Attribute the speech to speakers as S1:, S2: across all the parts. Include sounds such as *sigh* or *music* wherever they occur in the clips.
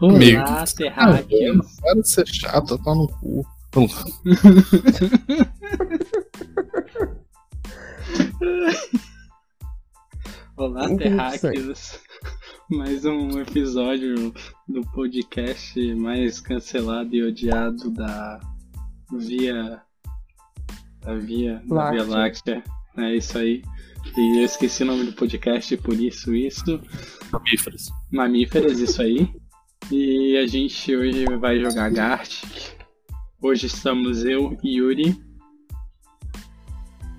S1: Olá,
S2: Ah,
S1: Terráqueos.
S2: velho, para de ser chato, tá no cu.
S1: Olá,
S3: Não
S1: Terráqueos. *laughs* Mais um episódio do podcast mais cancelado e odiado da Via. Da Via. Da Via Láctea. É isso aí. E eu esqueci o nome do podcast, por isso, isso.
S4: mamíferos.
S1: Mamíferas, isso aí. E a gente hoje vai jogar Gartic. Hoje estamos eu e Yuri.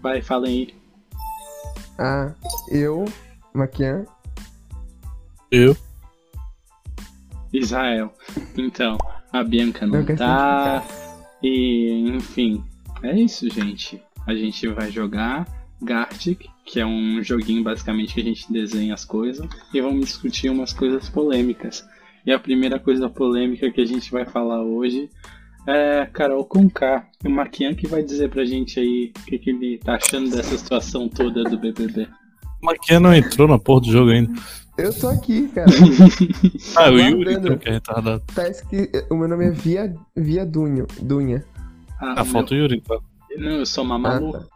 S1: Vai, fala aí.
S3: Ah, eu, Maquian.
S4: Eu?
S1: Israel. Então, a Bianca não
S3: Eu quero
S1: tá. E, enfim, é isso, gente. A gente vai jogar Gartic, que é um joguinho basicamente que a gente desenha as coisas, e vamos discutir umas coisas polêmicas. E a primeira coisa polêmica que a gente vai falar hoje é Carol Conká. E o Maquian que vai dizer pra gente aí o que, que ele tá achando dessa situação toda do BBB.
S4: O Maquia não entrou na porra do jogo ainda.
S3: Eu tô aqui, cara.
S4: Ah, o
S3: Lá
S4: Yuri
S3: dentro.
S4: então, que é retardado.
S3: tá escrito. O meu nome é Via, Via Dunho, Dunha.
S1: *laughs* Ah,
S4: Ah, falta o Yuri então.
S1: meu- Não, eu sou uma
S3: Ah,
S1: maluca.
S3: tá.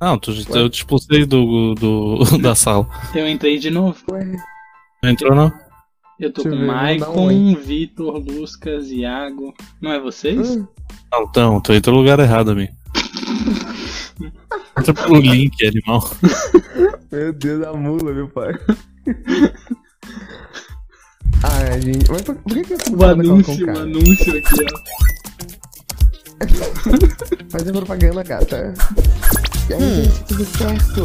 S4: Não, tu, eu te expulsei do, do, *laughs* da sala.
S3: tá.
S1: Eu entrei de novo.
S3: Ué,
S4: Não entrou, não?
S1: Eu tô
S3: Deixa
S1: com
S3: eu ver, vou dar um
S1: Maicon, Vitor, Lucas, Iago. Não é vocês?
S3: hum,
S4: Não, então, tu entrou no lugar errado, amigo. Entra pelo link, animal.
S3: meu Deus, a mula, meu pai. *laughs* Ai, gente. Mas por, por que, que eu
S1: O anúncio, o anúncio aqui, ó.
S3: Fazer propaganda, gata. E aí,
S1: Hum.
S3: gente, tudo certo?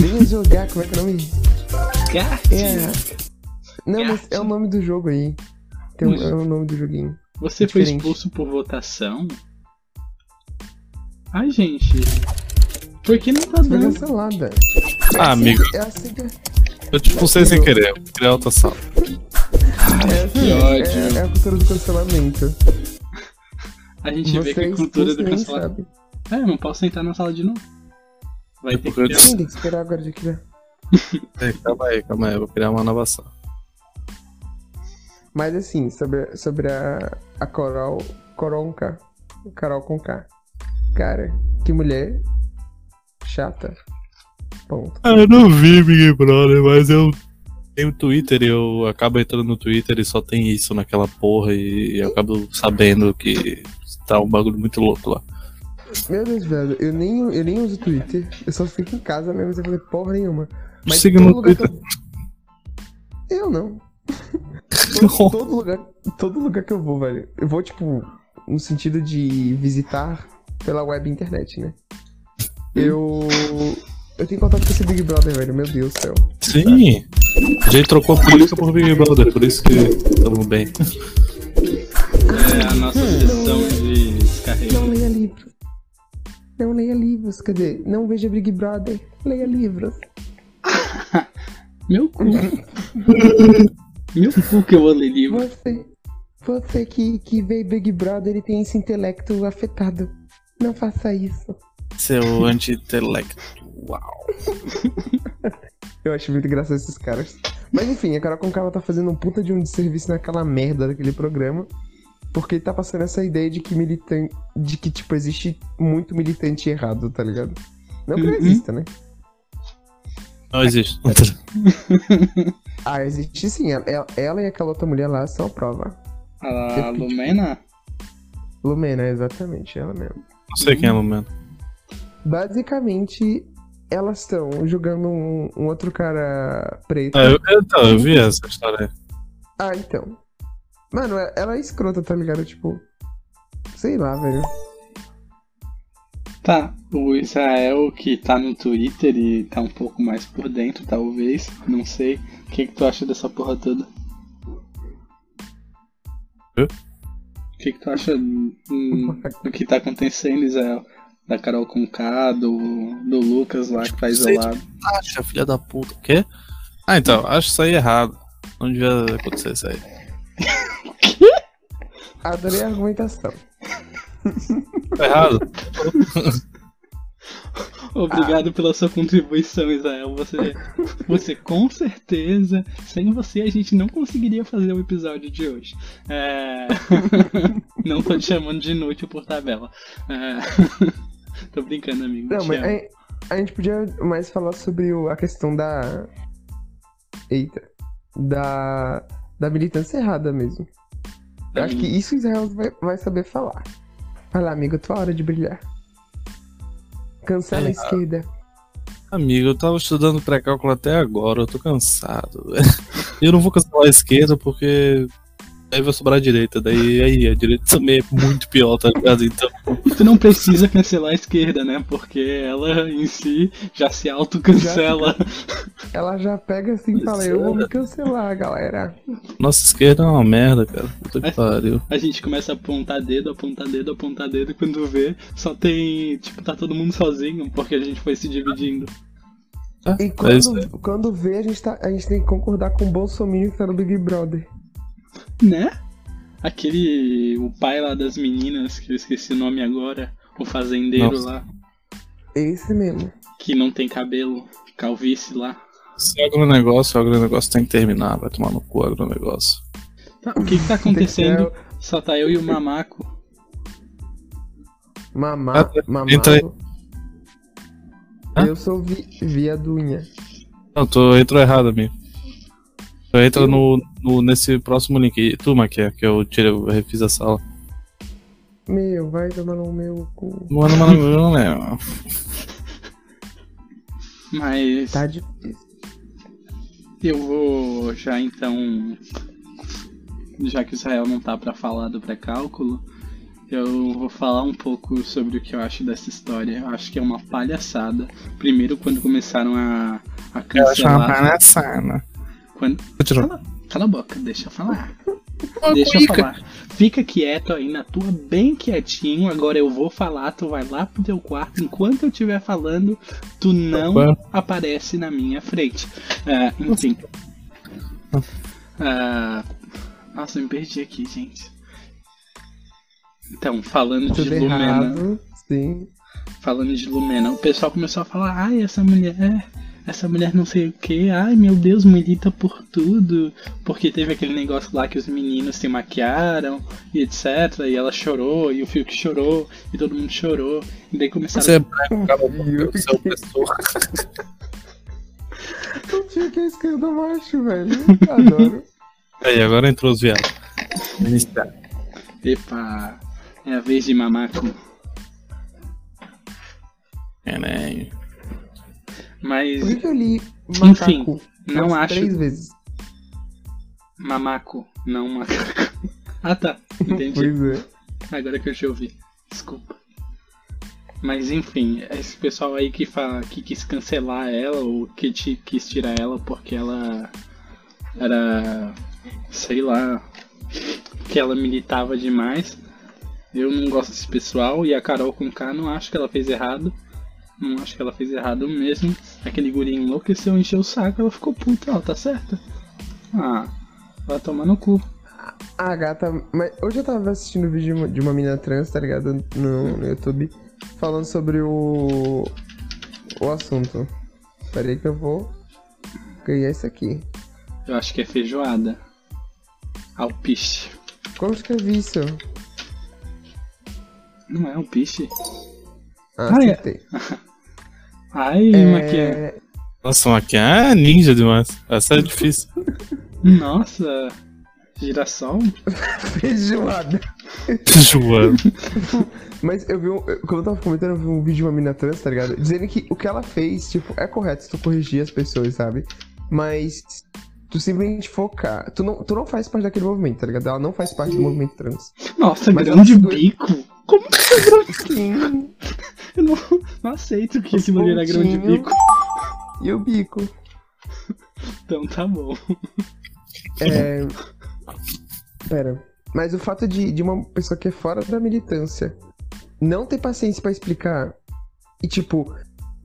S3: Venha jogar, como é que é o nome?
S1: Gatti.
S3: É. Não, mas é o nome do jogo aí. Tem
S1: Hum.
S3: um- é o nome do joguinho.
S1: Você foi
S3: Diferente.
S1: expulso por votação? Ai, gente. Por que não tá
S3: Foi
S1: dando?
S3: cancelada.
S4: Ah, amigo,
S3: É assim que
S4: eu te expulsei sem querer. Eu vou criar outra sala.
S3: É,
S1: Que ódio.
S3: É, é a cultura do cancelamento.
S1: A gente vê que a
S3: Vocês
S1: cultura do
S3: nem
S1: cancelamento.
S3: sabem.
S1: É, eu não posso entrar na sala de novo. Vai
S4: É
S1: ter
S4: porque eu
S1: que ter...
S4: disse-
S3: Tem que esperar agora de criar.
S4: Ei, Calma aí, calma aí. Eu vou criar uma nova sala.
S3: Mas assim, sobre, sobre a, a Coral. Coronca. Carol com K. Cara, que mulher chata. Ponto.
S4: Ah, eu não vi Big Brother, mas eu tenho Twitter e eu acabo entrando no Twitter e só tem isso naquela porra e eu acabo sabendo que tá um bagulho muito louco *laughs* lá.
S3: Meu Deus, velho, eu nem, eu nem uso Twitter. Eu só fico em casa mesmo sem fazer porra nenhuma.
S4: Me siga no Twitter.
S3: que eu... eu não. todo, todo lugar, todo lugar que eu vou, velho. Eu vou, tipo, no sentido de visitar pela web e internet, né? Eu. Eu tenho contato com esse Big Brother, velho. Meu Deus do céu.
S4: Sim! A gente trocou a política por Big Brother, por isso que estamos bem.
S1: é, a nossa
S3: Hum.
S1: sessão de
S3: Não
S1: descarrego.
S3: leia livros. Não leia livros. Cadê? Não veja Big Brother. Leia livros.
S1: Meu
S3: *laughs*
S1: cu. Meu cu que eu vou ler livro.
S3: Você. Você que, que vê Big Brother e tem esse intelecto afetado. Não faça isso.
S4: Seu anti-intelectual.
S3: Eu acho muito engraçado esses caras. Mas enfim, a Carol Conká ela tá fazendo um puta de um desserviço naquela merda daquele programa. Porque tá passando essa ideia de que militante. De que, tipo, existe muito militante errado, tá ligado? Não que não
S1: Uhum.
S3: exista, né?
S4: Não existe.
S3: Ah, existe sim. Ela, ela e aquela outra mulher lá são a prova.
S1: A Lumena?
S3: Lumena, exatamente, ela mesmo.
S4: Não sei quem é, mano.
S3: Basicamente, elas estão jogando um, um outro cara preto.
S4: Ah, eu, eu- então, eu vi essa história aí.
S3: Ah, então. Mano, é- ela é escrota, tá ligado? Tipo. Sei lá, velho.
S1: Tá, o Israel que tá no Twitter e tá um pouco mais por dentro, talvez, não sei. O que, que tu acha dessa porra toda?
S4: Hã?
S1: O que, que tu acha hum, do que tá acontecendo, Israel? Da Carol Conká, do, do Lucas lá que tá isolado.
S4: Acha, filha da puta. O quê? Ah, então, acho isso aí errado. Não devia acontecer isso aí.
S3: Adorei a argumentação.
S4: Tá errado.
S1: Ô, Obrigado
S3: Ah.
S1: pela sua contribuição, Israel. Você, você com certeza, sem você, a gente não conseguiria fazer o episódio de hoje.
S3: *laughs*
S1: É... não tô te chamando de inútil por tabela. É... *laughs* tô brincando, amigo.
S3: Não,
S1: te
S3: mas é
S1: amo.
S3: a, a gente podia mais falar sobre o- a questão da. Eita. Da. Da militância errada mesmo. Eu acho que
S4: Uhum.
S3: isso Israel vai, vai saber falar. Vai lá, amigo, tua hora de brilhar. Cancela
S4: É.
S3: a esquerda.
S4: Amigo, eu tava estudando pré-cálculo até agora, eu tô cansado. velho. Eu não vou cancelar a esquerda porque aí vai sobrar a direita, daí aí a direita também é muito pior, tá ligado? Então,
S1: Tu não precisa cancelar a esquerda, né? Porque ela em si já se autocancela.
S3: Ela já pega assim e fala: Eu vou me cancelar, galera.
S4: nossa esquerda é uma merda, cara. Puta
S1: É.
S4: que pariu.
S1: A gente começa a apontar dedo, apontar dedo, apontar dedo, e quando vê, só tem. Tipo, tá todo mundo sozinho, porque a gente foi se dividindo.
S4: É,
S3: E
S4: é isso aí.
S3: quando, quando vê, a gente, tá, a gente tem que concordar com o Bolsonaro que tá no Big Brother.
S1: Né? Aquele. O pai lá das meninas, que eu esqueci o nome agora, o fazendeiro
S4: Nossa.
S1: lá,
S3: Esse mesmo.
S1: que não tem cabelo, calvície lá.
S4: Se é agronegócio, o agronegócio tem que terminar, vai tomar no cu o agronegócio.
S1: Tá, o que, que tá acontecendo? Só tá eu e o mamaco.
S4: Ah,
S3: Mamá,
S4: tá.
S3: mamado.
S4: Entra aí. Hã?
S3: Eu sou vi, viadunha.
S4: Não, tu entrou errado, amigo. Tu entra no, no- nesse próximo link. E tu, Maquia, que eu tirei, eu refiz a sala.
S3: Meu, vai tomar no meu cu.
S4: Mano, mano, eu não lembro.
S1: Mas
S3: Tá difícil.
S1: eu vou já então. Já que o Israel não tá pra falar do pré-cálculo, eu vou falar um pouco sobre o que eu acho dessa história. Eu acho que é uma palhaçada. Primeiro quando começaram a, a cancelar.
S4: palhaçada.
S1: Quando,
S4: Continua.
S1: Cala a boca, deixa eu falar. Deixa eu falar. Fica quieto aí na tua, bem quietinho. Agora eu vou falar, tu vai lá pro teu quarto. Enquanto eu estiver falando, tu não
S4: Opa.
S1: aparece na minha frente. Ah, enfim. Ah, nossa, eu me perdi aqui, gente. Então, falando de
S3: Tudo
S1: Lumena
S3: errado.
S1: *laughs*
S3: Sim.
S1: falando de Lumena, o pessoal começou a falar, ai, essa mulher, essa mulher não sei o que, ai meu Deus, milita por tudo, porque teve aquele negócio lá que os meninos se maquiaram e etc, e ela chorou, e o Fiuk chorou, e todo mundo chorou, e daí começaram
S4: Você é branco, cala a boca,
S3: Viu?
S4: você é opressor.
S3: Eu tinha que é esquerda macho, velho. Adoro.
S4: *laughs* Aí, agora entrou os viados. Ministério.
S1: Epa, é a vez de mamaco.
S4: Enem.
S1: Mas
S3: Por que que eu li macaco?
S1: não
S3: umas
S1: acho
S3: Três vezes.
S1: mamaco, *laughs* não macaco. ah tá, entendi.
S3: Pois é.
S1: Agora que eu te ouvi. Desculpa. Mas enfim, esse pessoal aí que, fala, que quis cancelar ela ou que ti- quis tirar ela porque ela era. sei lá. que ela militava demais. Eu não gosto desse pessoal e a Carol com K não acho que ela fez errado. Não acho que ela fez errado mesmo. Aquele gurinho enlouqueceu, encheu o saco, ela ficou puta, ela tá certa. Ah, vai tomar no cu.
S3: Ah, gata, mas hoje eu tava assistindo um vídeo de uma- de uma menina trans, tá ligado? No, no YouTube, falando sobre o. o assunto. Espera aí que eu vou ganhar isso aqui.
S1: Eu acho que é feijoada. Alpiste.
S3: Como escrevi isso?
S1: Não é um piche?
S3: Ah,
S1: Ah, é.
S3: acertei.
S1: Ai,
S3: É, *laughs*
S1: Maquia.
S4: Nossa, Maquia é ninja demais. Essa é difícil.
S3: *laughs*
S1: Nossa, girassol?
S3: Feijoada.
S4: João.
S3: Mas eu vi um. eu- Como eu tava comentando, eu vi um vídeo de uma menina trans, tá ligado? Dizendo que o que ela fez, tipo, é correto se tu corrigir as pessoas, sabe? Mas. Tu simplesmente focar. Tu não, tu não faz parte daquele movimento, tá ligado? Ela não faz parte do movimento trans.
S1: Nossa,
S3: Mas
S1: grande
S3: ela-
S1: bico? Como que é grande
S3: Sim.
S1: Eu não, não aceito que
S3: Os
S1: aquilo ali era grande
S3: pontinhos.
S1: bico.
S3: E o bico.
S1: Então tá bom.
S3: É. Pera. Mas o fato de, de uma pessoa que é fora da militância não ter paciência pra explicar. E, tipo,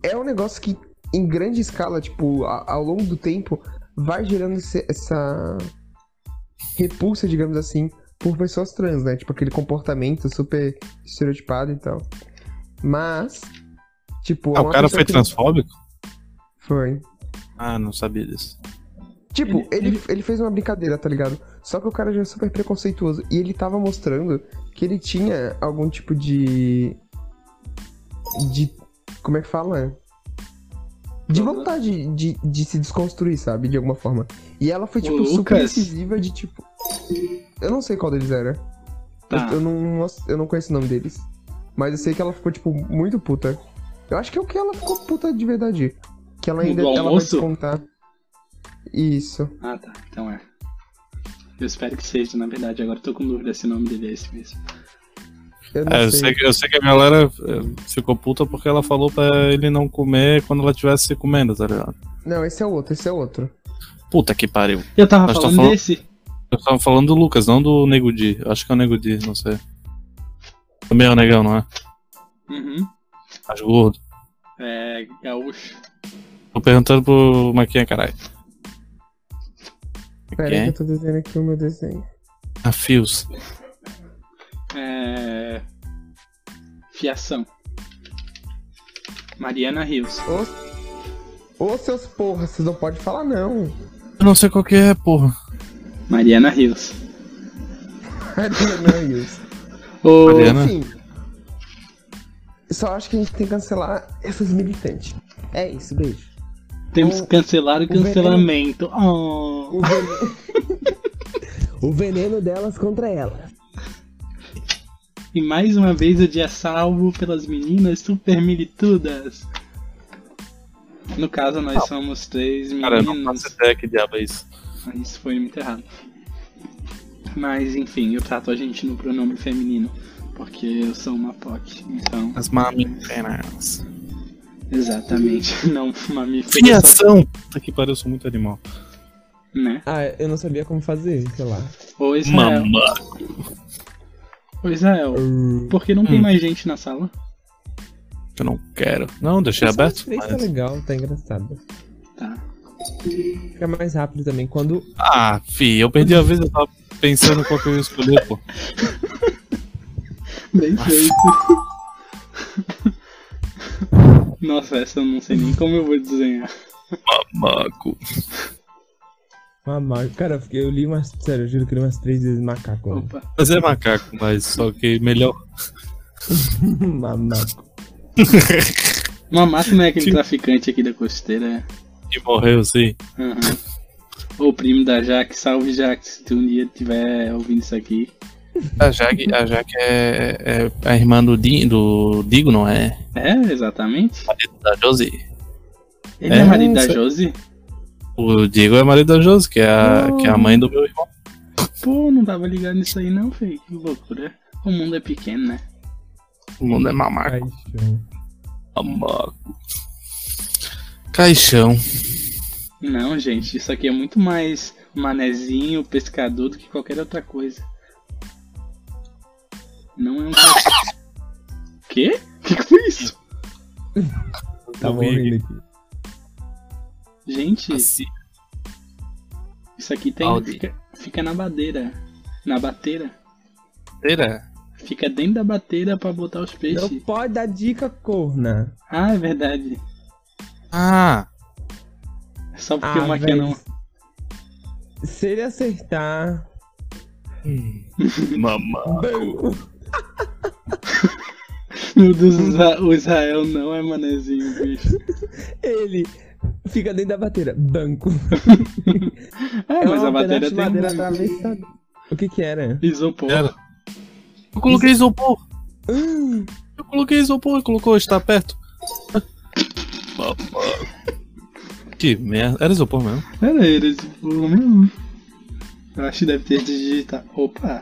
S3: é um negócio que, em grande escala, tipo, a- ao longo do tempo, vai gerando esse- essa repulsa, digamos assim, por pessoas trans, né? Tipo, aquele comportamento super estereotipado e tal. Mas, Tipo, é
S4: Ah, o
S3: uma
S4: cara
S3: pessoa
S4: foi
S3: que-
S4: transfóbico?
S3: Foi.
S4: Ah, não sabia disso.
S3: Tipo,
S1: Ele-
S3: ele,
S1: ele-
S3: ele, fez uma brincadeira, tá ligado? Só que o cara já é super preconceituoso. E ele tava mostrando que ele tinha algum tipo de. De. Como é que fala? De vontade de, de se desconstruir, sabe? De alguma forma. E ela foi,
S1: O
S3: tipo, super
S1: Lucas?
S3: incisiva de tipo. Eu não sei qual deles era.
S1: Tá.
S3: Eu, eu não, eu não conheço o nome deles. Mas eu sei que ela ficou, tipo, muito puta. Eu acho que é o que ela ficou puta de verdade. Que ela ainda
S1: Do
S3: ela vai
S1: almoço?
S3: descontar. Isso.
S1: Ah, tá. Então é. Eu espero que seja, na verdade. Agora eu tô com dúvida se o nome dele é esse mesmo.
S3: Eu não
S4: É, eu,
S3: sei.
S4: sei que, eu sei que a galera eh, ficou puta porque ela falou pra ele não comer quando ela estivesse comendo, tá ligado?
S3: Não, esse é outro, esse é outro.
S4: Puta que pariu.
S1: Eu tava
S4: Mas tô
S1: falando
S4: falando-
S1: desse.
S4: Eu tava falando do Lucas, não do Nego Di. Eu Acho que é o Nego Di, não sei. Também é o Negão, não é?
S1: Uhum.
S4: Acho gordo.
S1: É. Gaúcho.
S4: Tô perguntando pro Maquinha, caralho.
S3: Pera aí
S4: Quem?
S3: que eu tô desenhando aqui o meu desenho.
S4: A Fios.
S1: É. Fiação. Mariana Rios.
S3: Ô, ô seus porra, vocês não podem falar não. *laughs*
S4: Eu não sei qual que é, porra.
S1: Mariana Rios.
S3: não, é isso.
S1: Ô,
S4: Mariana?
S3: Enfim. Só acho que a gente tem que cancelar essas militantes. É isso, beijo.
S1: temos que cancelar o
S3: veneno-
S1: cancelamento. Oh.
S3: O veneno, *laughs* o veneno delas contra ela.
S1: E mais uma vez o dia é salvo pelas meninas super militudas. No caso, nós somos três
S4: Cara, eu
S1: meninas. Ah,
S4: não faço ideia que diabo é isso.
S1: Isso foi muito errado. Mas enfim, eu trato a gente no pronome feminino. Porque eu sou uma POC. Então,
S4: As mamiferas.
S1: exatamente, *laughs* não mamífero.
S4: Fiação! Puta que pariu, eu sou muito animal.
S1: Né?
S3: Ah, eu não sabia como fazer, sei lá.
S1: Ô
S4: É.
S1: Israel.
S4: Mamã.
S1: Ô Israel,
S4: Tá
S1: por que
S4: Hum.
S1: não tem mais gente na sala?
S4: Eu não quero. Não, deixei aberto. mas- é
S3: legal, tá engraçado.
S1: Tá.
S3: Fica mais rápido também. Quando
S4: Ah, fi, eu perdi a vez, eu tava pensando qual que eu ia escolher, pô.
S1: Bem feito. *laughs* Nossa, essa eu não sei nem como eu vou desenhar.
S4: Mamaco.
S5: Mamaco. Cara, eu fiquei- eu li umas. Sério, eu juro que eu li umas três vezes macaco. né?
S1: Opa.
S4: Mas é macaco, mas só que melhor.
S5: Mamaco.
S1: Mamato não é aquele traficante aqui da costeira, é?
S4: Que morreu, sim.
S1: Aham. Ô primo da Jaque, salve Jaque, se tu um dia tiver ouvindo isso aqui.
S4: A Jaque, a Jaque é, é a irmã do, Di- do Digo, não é?
S1: É, exatamente.
S4: Da Josie.
S1: Ele é,
S4: É,
S1: marido da
S4: isso aí.
S1: Josi?
S4: O Digo é marido da Josie, que é a, que é a mãe do meu irmão.
S1: Pô, não tava ligado nisso aí não, feio. Que loucura. O mundo é pequeno, né?
S4: O mundo é mamaco.
S5: Paixão.
S4: Mamaco. Caixão.
S1: Não, gente, isso aqui é muito mais manezinho, pescador do que qualquer outra coisa. Não
S5: Ah!
S1: é um. cachorro. Quê? O que, que foi isso?
S5: Tá
S4: Eu vi
S5: morrendo aqui.
S1: Gente,
S4: Assim.
S1: isso aqui tem.
S4: Audi.
S1: Fica, fica na badeira. Na bateira.
S4: Será?
S1: Fica dentro da bateira pra botar os peixes.
S5: Não pode dar dica, corna.
S1: Ah, é verdade.
S4: Ah,
S1: É Só porque
S5: Ah,
S1: o Maquia
S5: velho.
S1: não.
S5: Se ele acertar.
S4: mamaco.
S1: Meu Deus, *laughs* o Isra- o Israel não é manezinho, bicho.
S5: Ele fica dentro da bateira. Banco.
S1: Ah,
S5: É
S1: mas
S5: uma
S1: a bateira
S5: pedaço de madeira
S1: tem. um
S5: atravessada. *laughs* O que que era?
S1: Isopor.
S4: Era. Eu coloquei isopor. Eu coloquei isopor, colocou, está perto. que merda. Era isopor mesmo.
S1: Pera aí, era tipo. hum. Eu acho que deve ter digitado. Opa!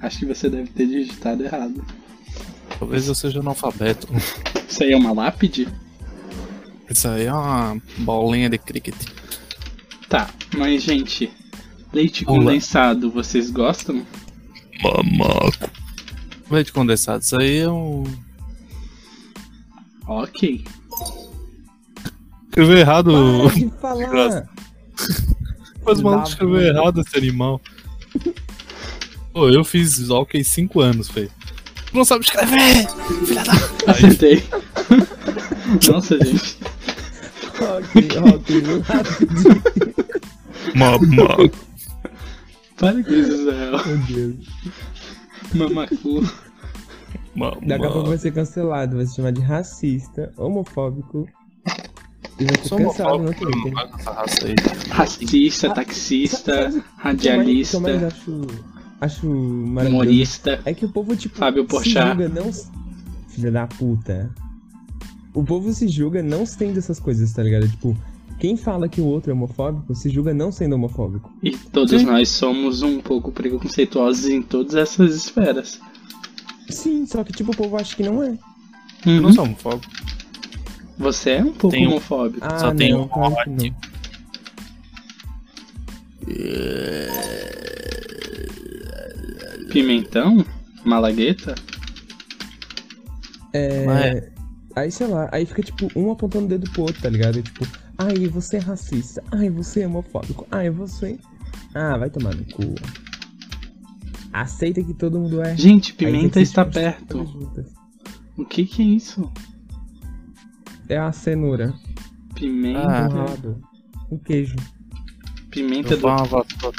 S1: Acho que você deve ter digitado errado.
S4: Talvez eu seja analfabeto.
S1: Isso aí é uma lápide?
S4: Isso aí é uma bolinha de cricket.
S1: Tá, mas gente, leite
S4: Vamos lá.
S1: condensado, vocês gostam?
S4: Mamaco. Leite condensado, isso aí é um.
S1: Ok.
S4: Escreveu errado.
S5: Para de
S4: Gosto.
S5: falar.
S4: Mas o maluco escreveu errado esse animal. Pô, eu fiz hockey 5 anos, feio. Tu Não sabe escrever! Filha da. Tá Aí,
S1: Acertei. *laughs* Nossa, gente.
S3: Ok, ok.
S4: Mamá.
S1: Para com isso, Israel.
S3: Meu Deus.
S1: Mamacu.
S4: *laughs*
S3: Daqui a pouco
S4: Mamá.
S3: vai ser cancelado, vai se chamar de racista, homofóbico. E vai ser
S4: Sou
S3: cancelado no
S4: homofóbico,
S3: Twitter.
S4: não vai com essa raça aí.
S1: Racista, taxista,
S3: Sabe o que eu mais-
S1: radialista,
S3: O que eu mais acho, acho maravilhoso
S1: humorista.
S3: é que o povo, tipo,
S1: Fábio
S3: se
S1: Porchat.
S3: julga, não... Filha da puta. O povo se julga não sendo essas coisas, tá ligado? Tipo, quem fala que o outro é homofóbico, se julga não sendo homofóbico.
S1: E todos
S4: Sim.
S1: nós somos um pouco preconceituosos em todas essas esferas.
S3: Sim, só que, tipo, o povo acha que não é.
S4: *laughs* Eu
S1: Uhum.
S4: não sou homofóbico.
S1: Você é um pouco
S4: Tenho-
S1: homofóbico.
S3: Ah,
S4: Só
S3: não,
S4: tem um
S3: claro que não.
S4: ódio.
S1: Pimentão? Malagueta?
S3: É,
S4: Mas-
S3: Aí, sei lá, aí fica, tipo, um apontando o dedo pro outro, tá ligado? E, tipo, ai, você é racista, ai, você é homofóbico, ai, você... Ah, vai tomar no cu. Aceita que todo mundo é.
S1: Gente,
S3: Aí tem
S1: pimenta
S3: que ser
S1: está
S3: tipo as pessoas
S1: perto.
S3: juntas.
S1: O que que é isso?
S3: É a cenoura.
S1: Pimenta.
S3: Do lado. O queijo.
S1: Pimenta
S4: Ah, Eu
S1: do.
S4: vou uma *laughs* vassoura.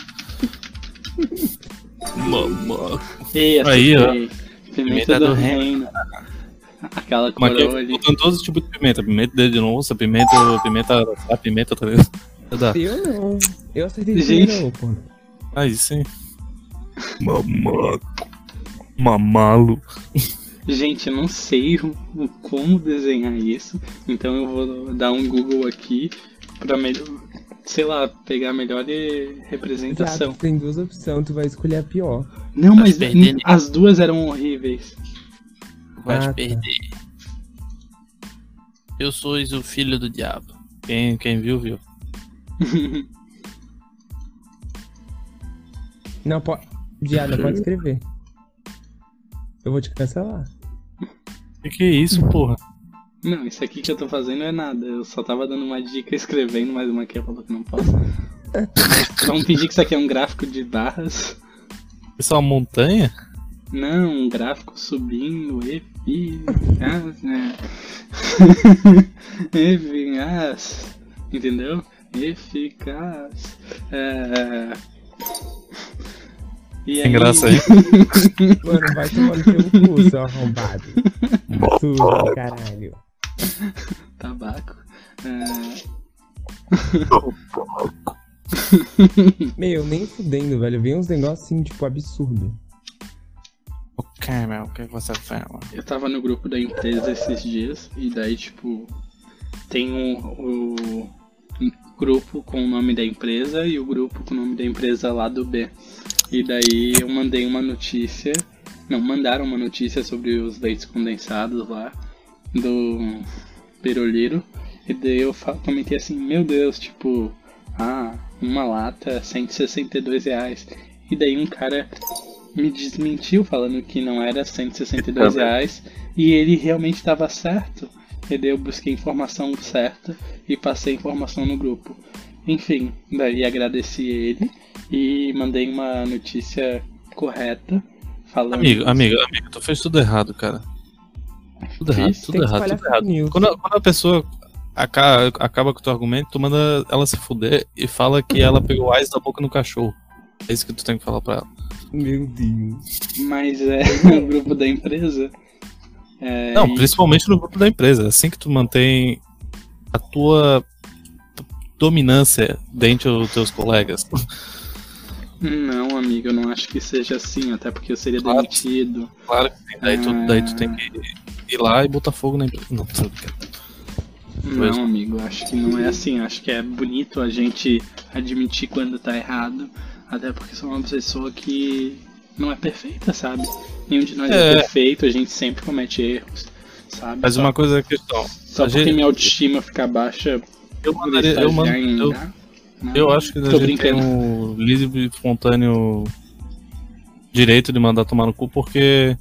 S4: Mamá.
S1: Ei, essa
S4: Aí, ó.
S1: aí. Pimenta,
S4: Pimenta
S1: do,
S4: do
S1: reino. Aquela
S4: Mas é que
S1: coroa ali.
S4: botando todos os tipos de pimenta. Pimenta de onça, pimenta, pimenta, a pimenta, tá ligado? É da-
S3: Eu não. Eu acertei de
S1: Gente.
S3: primeira, ô, porra.
S4: Aí sim. Mamá. Mamalo.
S1: Gente, eu não sei o- o- como desenhar isso, então eu vou dar um Google aqui pra melhor, sei lá, pegar a melhor eh, representação.
S3: Exato, tem duas opções, tu vai escolher a pior.
S1: Não, mas
S4: Tá se perdendo.
S1: as duas eram horríveis.
S4: Vai
S3: Ah,
S4: te
S3: tá.
S4: perder. Eu sou o filho do diabo. Quem, quem viu, viu.
S3: Não, pode. Viado, pode escrever. Eu vou te cancelar.
S4: Que que é isso, porra?
S1: Não, isso aqui que eu tô fazendo é nada. Eu só tava dando uma dica escrevendo, mas uma que falou que não posso. Vamos fingir que isso aqui é um gráfico de barras.
S4: Isso é uma montanha?
S1: Não, um gráfico subindo, eficaz, né? *laughs* eficaz, entendeu? Eficaz. É... E
S4: Sem graça aí.
S3: Mano, vai tomar no teu cu, seu arrombado. Tu, caralho.
S1: Tabaco. É...
S3: Meu, nem fudendo, velho. Vem uns negócios assim, tipo, absurdo.
S4: Ok, meu, o que você fala?
S1: Eu tava no grupo da empresa esses dias e daí, tipo, tem o, o grupo com o nome da empresa e o grupo com o nome da empresa lá do B. E daí eu mandei uma notícia, não, mandaram uma notícia sobre os leites condensados lá do Peroliro. E daí eu fa- comentei assim, meu Deus, tipo, ah, uma lata, 162 reais. E daí um cara me desmentiu falando que não era
S4: Uhum.
S1: 162 reais e ele realmente estava certo. E daí eu busquei a informação certa e passei a informação no grupo. Enfim, daí agradeci ele e mandei uma notícia correta falando.
S4: Amigo, amigo, amigo, tu fez tudo errado, cara. Tudo
S1: Fiz?
S4: errado,
S3: Tem
S4: tudo
S3: que
S4: errado,
S3: espalhar
S4: tudo errado.
S3: fake news.
S4: Quando, a- quando a pessoa aca- acaba com o teu argumento, tu manda ela se fuder e fala que ela pegou o ice da boca no cachorro. É isso que tu tem que falar pra ela.
S3: Meu Deus.
S1: Mas é *laughs* o grupo da empresa. É,
S4: Não,
S1: e-
S4: principalmente no grupo da empresa. Assim que tu mantém a tua t- dominância dentre os teus colegas.
S1: Não, amigo, eu não acho que seja assim, até porque eu seria
S4: Claro.
S1: demitido.
S4: Claro que sim, daí tu, daí tu tem que ir lá e botar fogo na empresa. Não, tô brincando. Pois.
S1: Não, amigo, acho que não é assim. Acho que é bonito a gente admitir quando tá errado, até porque sou uma pessoa que não é perfeita, sabe? Nenhum de nós é,
S4: É.
S1: perfeito, a gente sempre comete erros, sabe?
S4: Mas
S1: só
S4: uma coisa é a questão.
S1: só
S4: a
S1: porque
S4: gente-
S1: minha autoestima fica baixa,
S4: Eu
S1: por
S4: mandaria. Eu, mand-
S1: estagiar em
S4: eu,
S1: lugar, não.
S4: eu acho que a
S1: Tô
S4: gente
S1: brincando.
S4: tem um livre e espontâneo direito de mandar tomar no cu porque.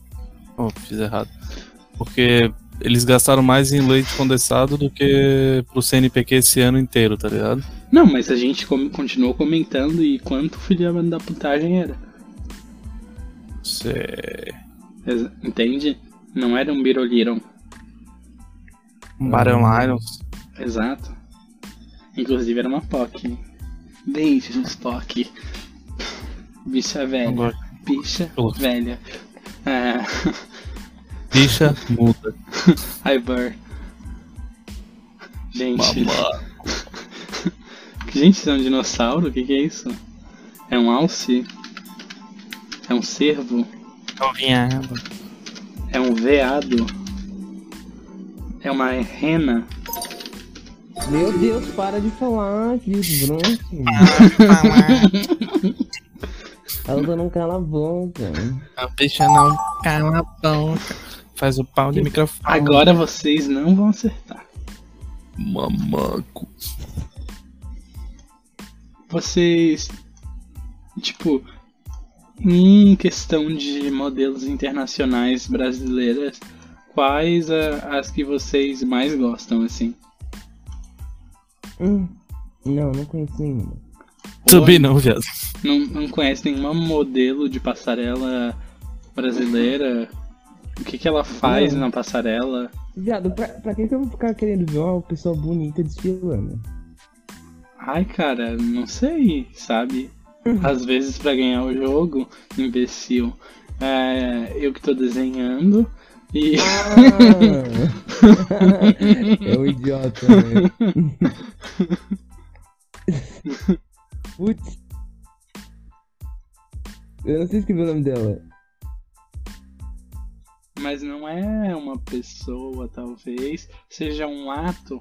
S4: Oh, fiz errado. Porque eles gastaram mais em leite condensado do que pro CNPq esse ano inteiro, tá ligado?
S1: Não, mas a gente com- continuou comentando e quanto filha da putagem era.
S4: Cê-
S1: Exa- Entende? Não era um biroliron.
S4: Baron Lions.
S1: Exato. Inclusive era uma POC. né? Deixe os POC. Bicha
S4: Eu
S1: velha.
S4: gosto.
S1: Bicha
S4: Pô.
S1: velha. É. *laughs*
S4: Bicha muda.
S1: Iber. Gente.
S4: Mamá.
S1: Gente, isso é um dinossauro? O que, que é isso? É um alce? É um cervo?
S4: Não vinha água.
S1: É um veado? É uma rena?
S3: Meu Deus, para de falar, que bronco.
S4: Ah.
S3: Ela não cala a boca.
S4: A bicha não cala a boca. Faz o pau de microfone.
S1: Agora vocês não vão acertar.
S4: Mamaco.
S1: Vocês. Tipo. Em questão de modelos internacionais brasileiras, quais a- as que vocês mais gostam, assim?
S3: Hum, Não, não conheço nenhuma.
S4: Também não, viado.
S1: Não, não conhece nenhuma modelo de passarela brasileira? O que, que ela faz
S3: Não.
S1: na passarela?
S3: Viado, pra, pra que, que eu vou ficar querendo ver uma pessoa bonita *laughs* desfilando?
S1: Ai, cara, não sei, sabe? Às vezes pra ganhar o jogo, imbecil, é, eu que tô desenhando e *laughs*
S3: Ah, é um idiota, né? velho. Putz. Eu não sei escrever o nome dela.
S1: mas não é uma pessoa, talvez, seja um ato,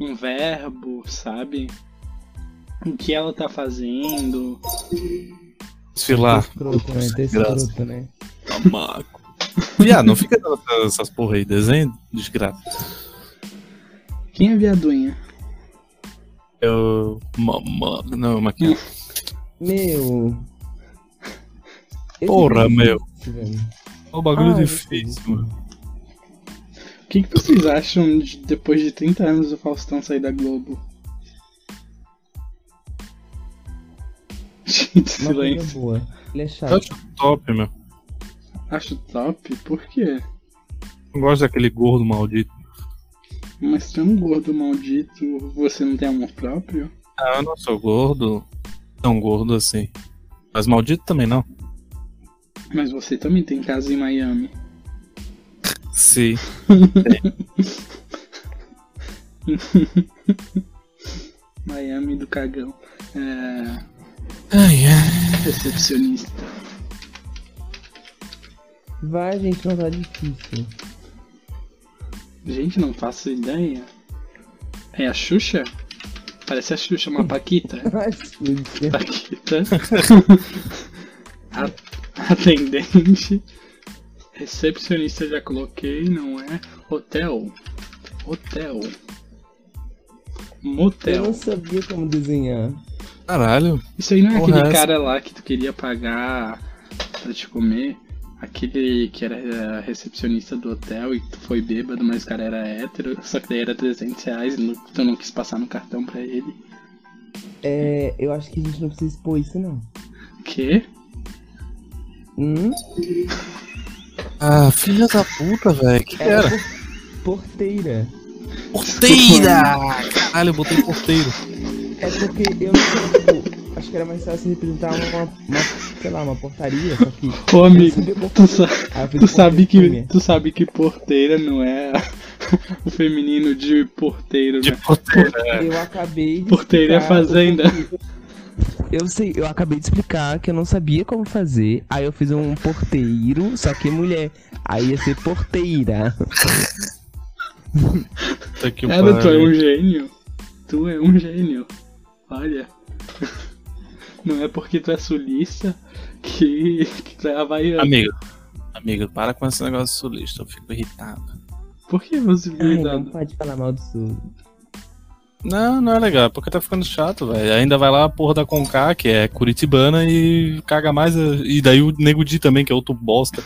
S1: um verbo, sabe? O que ela tá fazendo?
S4: Desfilar.
S3: Escroto, né? Tá
S4: Desgraça.
S3: escroto, né?
S4: Mamaco. Viado, não fica dando essas- essas porra aí. Desenho desgraça.
S1: Quem é viaduinha?
S4: Eu. Mamaco. Não, maquinha.
S3: Meu. Esse
S4: Porra,
S3: é
S4: meu.
S3: difícil, velho.
S4: O bagulho
S3: Ah,
S4: é
S3: eu
S4: difícil, mano.
S1: O que, que vocês acham de depois de 30 anos do Faustão sair da Globo? Gente,
S3: Uma coisa
S1: silêncio.
S3: boa. Ele é
S4: Eu
S3: chato.
S4: acho top, meu.
S1: Acho top, por quê?
S4: Não gosto daquele gordo maldito.
S1: Mas tu é um gordo maldito, você não tem amor próprio?
S4: Ah, eu não sou gordo. Tão gordo assim. Mas maldito também não.
S1: Mas você também tem casa em Miami. *laughs*
S4: Sim.
S1: Miami do cagão. É.
S4: Ai, ai.
S1: recepcionista.
S3: Vai, gente, não tá difícil.
S1: Gente, não faço ideia. É a Xuxa? Parece a Xuxa,
S3: *laughs*
S1: uma Paquita.
S3: Ai, Xuxa.
S1: Paquita. A- *laughs* Atendente. Recepcionista já coloquei, não é? Hotel. Hotel.
S3: Eu não
S1: Motel.
S3: sabia como desenhar.
S4: Caralho.
S1: Isso aí não é
S4: Porra,
S1: aquele
S4: essa-
S1: cara lá que tu queria pagar pra te comer? Aquele que era eh, recepcionista do hotel e que tu foi bêbado, mas o cara era hétero, só que daí era 300 reais e não- tu não quis passar no cartão pra ele.
S3: É, eu acho que a gente não precisa expor isso, não.
S1: Que?
S3: Hum?
S4: Ah, filha da puta, velho. Que
S3: Era
S4: era?
S3: por- porteira.
S4: Porteira! Caralho, eu botei *laughs* porteiro.
S3: É porque eu não sei, tipo, acho que era mais fácil representar uma, uma- sei lá, uma portaria, só que.
S1: Ô *laughs* amigo,
S3: Eu não sabia
S1: tu, sa-
S3: por- Ah, eu fiz
S1: tu sabe que
S3: porteira.
S1: tu sabe que porteira não é *laughs* o feminino de porteiro,
S4: De
S1: né?
S4: porteiro.
S3: Eu acabei de.
S1: Porteira é
S3: explicar o
S1: fazenda. *laughs*
S3: porquê. Eu sei, eu acabei de explicar que eu não sabia como fazer. Aí eu fiz um porteiro, só que mulher. Aí ia ser
S1: *laughs*
S3: porteira.
S4: Puta que
S1: Cara, tu é
S4: pariu.
S1: um gênio. Tu é um gênio. Olha. *laughs* Não é porque tu é sulista que, que tu é havaiano.
S4: Amigo. Amigo, para com esse negócio sulista, eu fico irritado.
S1: Por que você fica
S3: Ai, não
S1: irritado?
S3: pode falar mal do sul.
S4: Não, não é legal, é porque tá ficando chato, velho. Ainda vai lá a porra da Conká, que é curitibana, e caga mais. a- E daí o Nego Di também, que é outro *laughs* bosta.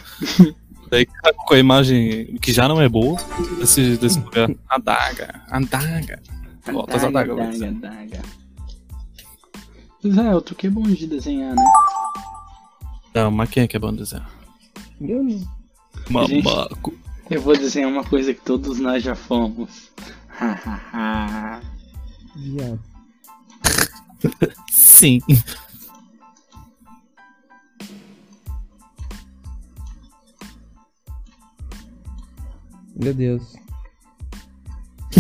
S4: daí tá com a imagem que já não é boa desse, desse lugar. Adaga, adaga. Volta as
S1: Daga,
S4: adagas.
S1: daga, daga. Israel, tu que é bom de desenhar, né?
S4: Tá, Não, mas quem é que é bom dizer?
S3: Eu não.
S4: Mamaco.
S1: Eu vou desenhar uma coisa que todos nós já fomos. *laughs* Hahaha.
S3: Viado.
S4: Sim. *laughs*
S3: Meu Deus.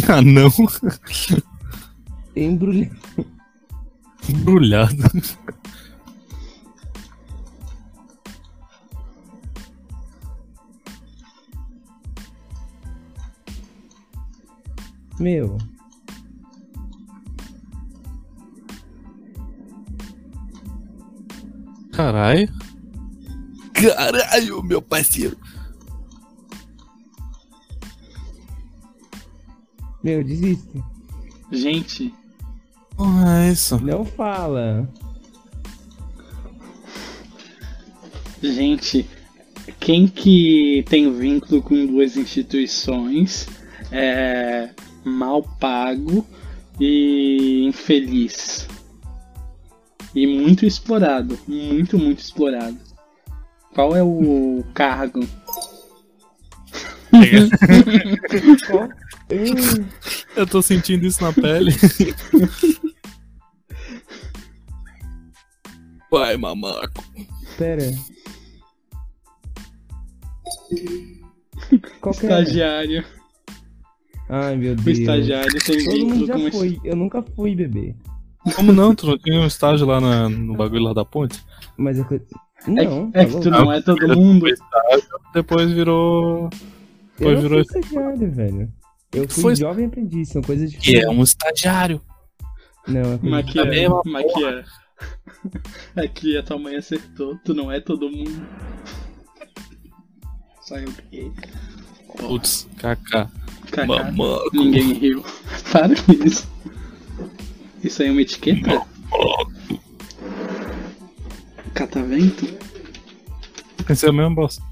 S4: Ah, não.
S3: Embrulhei.
S4: Embrulhado.
S3: Meu.
S4: Caralho. Caralho, meu parceiro.
S3: Meu, desista.
S1: Gente,
S4: Porra, é *laughs* isso.
S3: Não fala.
S1: gente, quem que tem vínculo com duas instituições é mal pago e infeliz. E muito explorado. Muito, muito explorado. Qual é o cargo?
S3: Ó.
S1: *laughs*
S3: Hum,
S4: Eu tô sentindo isso na pele. *laughs* Vai, mamaco.
S3: Pera. Qual que era?
S1: Estagiário.
S3: Ai, meu
S1: O
S3: Deus.
S1: estagiário tem
S3: Todo mundo
S1: vínculo com
S3: já
S1: isso.
S3: foi. Eu nunca fui bebê.
S4: Como não? Tu não tinha um estágio lá na- no bagulho lá da ponte?
S3: Mas é eu. co- Não,
S1: É
S3: tá
S1: que
S3: louco?
S1: tu não é todo mundo.
S4: Depois virou.
S3: Eu não
S4: virou-
S3: fui estagiário, velho. Eu fui
S4: Foi-
S3: jovem aprendiz, são coisas
S4: Que
S3: diferentes.
S4: é um estagiário.
S3: Não, eu fui-
S1: Mas que
S4: Da
S1: é,
S4: mesma
S1: mas que *laughs* é. Aqui a tua mãe acertou, tu não é todo mundo. Só eu que ri.
S4: Putz, KK.
S1: Kaká,
S4: Mamaco.
S1: Ninguém riu. *laughs* Para com isso. Isso aí é uma etiqueta? Catavento?
S4: Pensei a mesma bosta.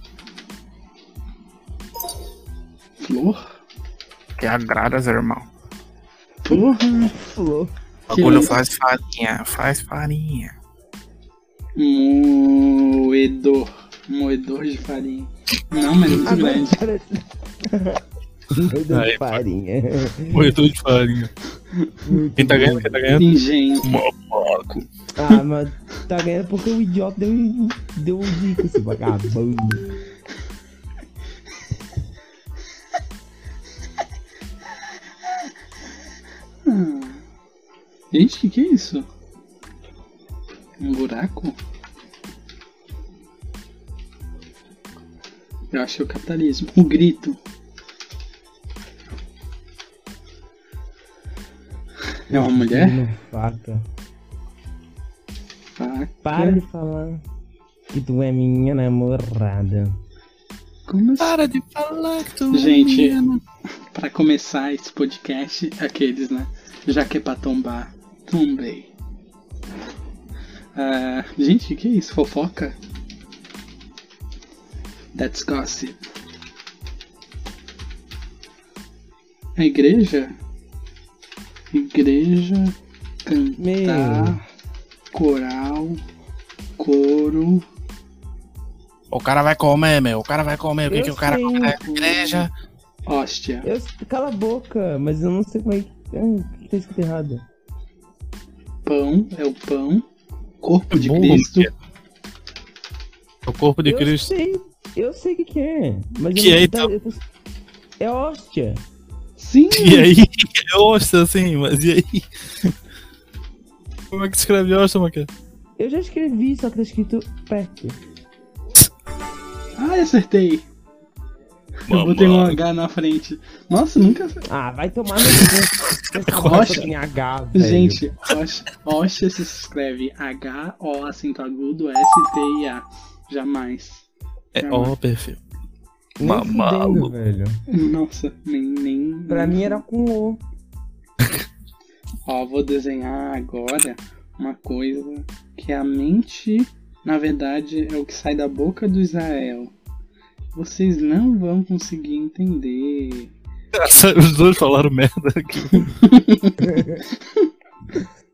S1: Flor?
S6: Que agradas, irmão.
S1: Porra!
S3: Flor.
S1: Que
S6: Bagulho faz farinha, faz farinha.
S1: Moedor. Moedor de farinha. Não, mas é muito
S3: Agora,
S1: grande.
S3: cara. *laughs* Meu Deus,
S4: Aí,
S3: farinha.
S4: Moedor de farinha. Quem tá ganhando? Quem tá ganhando?
S1: Engenho.
S4: Mamaco.
S3: Ah, mas tá ganhando porque o idiota deu, deu um dica, esse vagabundo.
S1: Gente, o que, que é isso? Um buraco? Eu acho que é o capitalismo. O grito. É uma mulher?
S3: Menino Faca.
S1: Ah,
S3: Para de falar que tu é minha namorada.
S1: como assim?
S4: Para de falar que tu.
S1: Gente, pra começar esse podcast, aqueles, né? Já que é pra tombar, tombei. Ah, gente, o que é isso? Fofoca? That's gossip. A igreja? Igreja, cantar,
S3: Meu.
S1: coral, coro.
S6: O cara vai comer, meu. O cara vai comer. O que,
S3: Eu
S6: que o cara
S3: sei.
S6: come na igreja?
S1: Hóstia.
S3: Eu, cala a boca, mas eu não sei como é que. Ah, o que tá escrito errado?
S1: Pão é o pão. Corpo de
S4: É Bom,
S1: Cristo.
S4: O corpo de
S3: eu
S4: Cristo.
S3: sei, eu sei o que, que é. Mas
S4: Que
S3: eu
S4: é,
S3: não,
S4: então?
S3: eu tô- É hóstia.
S1: Sim!
S4: *laughs* E aí? Osta, assim, mas e aí? Como é que escreve Osta, Maquia?
S3: Eu já escrevi, só que tá escrito perto.
S1: Ah, acertei. Eu botei um H na frente. Nossa, nunca.
S3: Ah, vai tomar no cu. Essa
S1: Rocha.
S3: bosta tem H, velho.
S1: Gente, Osh- Osha se escreve H-O acento agudo S-T-I-A. Jamais.
S4: É ó, perfil.
S3: Nem
S4: mamalo.
S3: fudendo, velho.
S1: Nossa, nem. nem
S3: Pra mim era com O.
S1: Ó, vou desenhar agora uma coisa que a mente, na verdade, é o que sai da boca do Israel. Vocês não vão conseguir entender.
S4: *laughs* Os dois falaram merda aqui.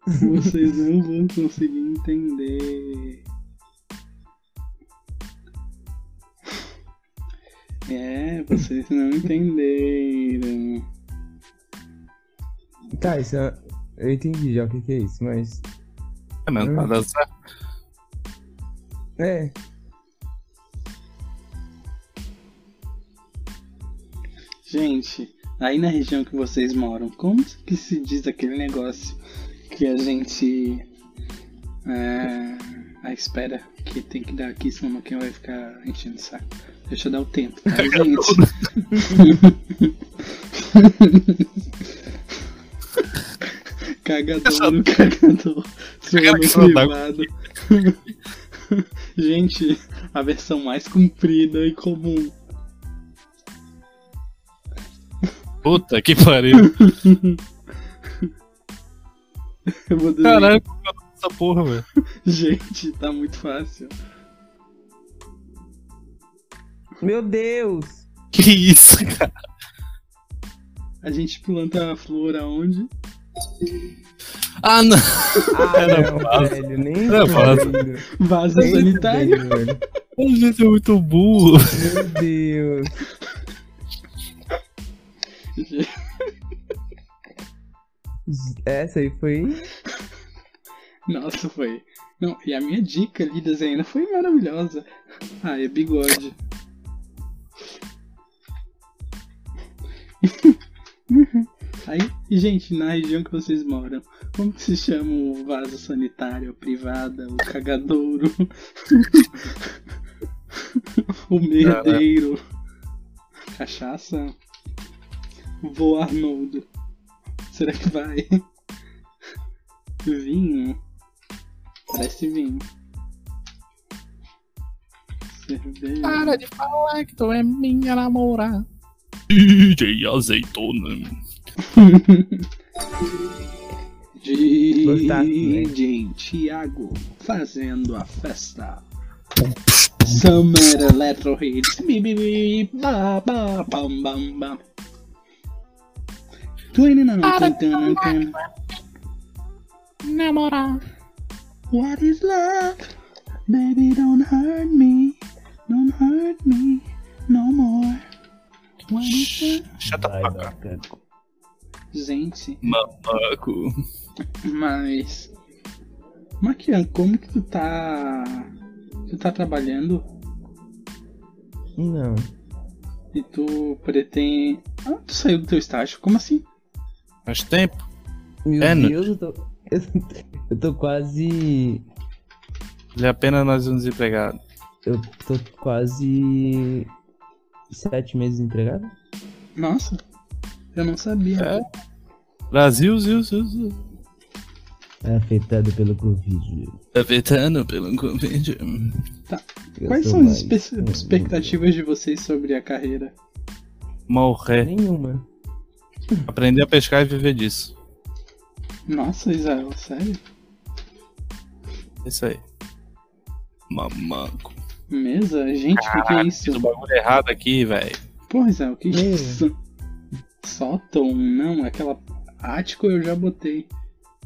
S1: Vocês não vão conseguir entender. É, vocês não entenderam.
S5: Tá, isso é... Eu entendi já o que, que é isso, mas.
S4: É, mano, pra dançar.
S5: É.
S1: Gente, aí na região que vocês moram, como que se diz aquele negócio que a gente. É, ah, espera que tem que dar aqui, senão quem vai ficar enchendo o saco. Deixa eu dar o tempo,
S4: *laughs*
S1: tá, gente? *laughs* *laughs* cagador no cagador.
S4: Cara, que isso não
S1: Suando
S4: dá.
S1: privado. *laughs* gente, a versão mais comprida e comum.
S4: Puta que pariu.
S1: Eu vou dizer,
S4: Caralho, como é o nome dessa porra, velho.
S1: *laughs* gente, tá muito fácil.
S5: Meu Deus!
S4: Que isso, cara?
S1: A gente planta a flor aonde?
S4: Ah, não.
S5: Ah, não, velho, nem.
S4: Era fácil.
S5: fazendo.
S1: Vaso sanitário.
S5: velho.
S4: A gente é muito burro.
S5: Meu Deus.
S1: *laughs*
S5: Essa aí foi.
S1: Nossa, foi. Não, e a minha dica ali desenhando foi maravilhosa. Ah, é bigode. *laughs* Aí, e, gente, na região que vocês moram, como que se chama o vaso sanitário, a privada, o cagadouro, *laughs* o merdeiro, cachaça, vô Arnoldo? Será que vai? Vinho. Parece vinho. Cerveja.
S7: Para de falar que tu é minha namorada.
S4: DJ Azeitona.
S1: DJ
S5: Gostasse,
S1: Thiago fazendo a festa. Summer Electro Hits. Bi, bi, bi, ba, ba, bam, bam, bam. Twenty-nine, twenty-nine, twenty-nine.
S7: Namorar.
S1: What is love? Baby, don't hurt me. Don't hurt me no more. What is love?
S4: Chata pra
S1: Gente,
S4: Mamaco.
S1: mas. Maquian, como que tu tá. Tu tá trabalhando
S5: Não.
S1: e tu pretende. Ah, tu saiu do teu estágio? Como assim?
S7: Faz tempo.
S5: Meu
S4: É, não.
S5: Deus, eu tô. Eu tô quase.
S4: Vale a pena nós um desempregado.
S5: Eu tô quase. Sete meses empregado?
S1: Nossa, eu não
S5: É,
S1: sabia.
S4: É. Brasil, Zil, Zil, Zil.
S5: Afetado É pelo Covid.
S4: Aproveitando pelo convite.
S5: Eu
S1: Quais
S5: sou
S1: são as
S5: mais- um
S1: espe- expectativas de vocês sobre a carreira?
S4: Morrer.
S5: Nenhuma.
S4: Aprender a pescar e viver disso.
S1: Nossa, Israel, sério?
S4: É Isso aí. Mamaco.
S1: Mesa? Gente, o que, que é
S4: Fiz o
S1: isso?
S4: bagulho errado aqui, velho.
S1: Porra, Israel, o que, que é
S5: Meu.
S1: isso? Sótão, não, é aquela. Ático eu já botei.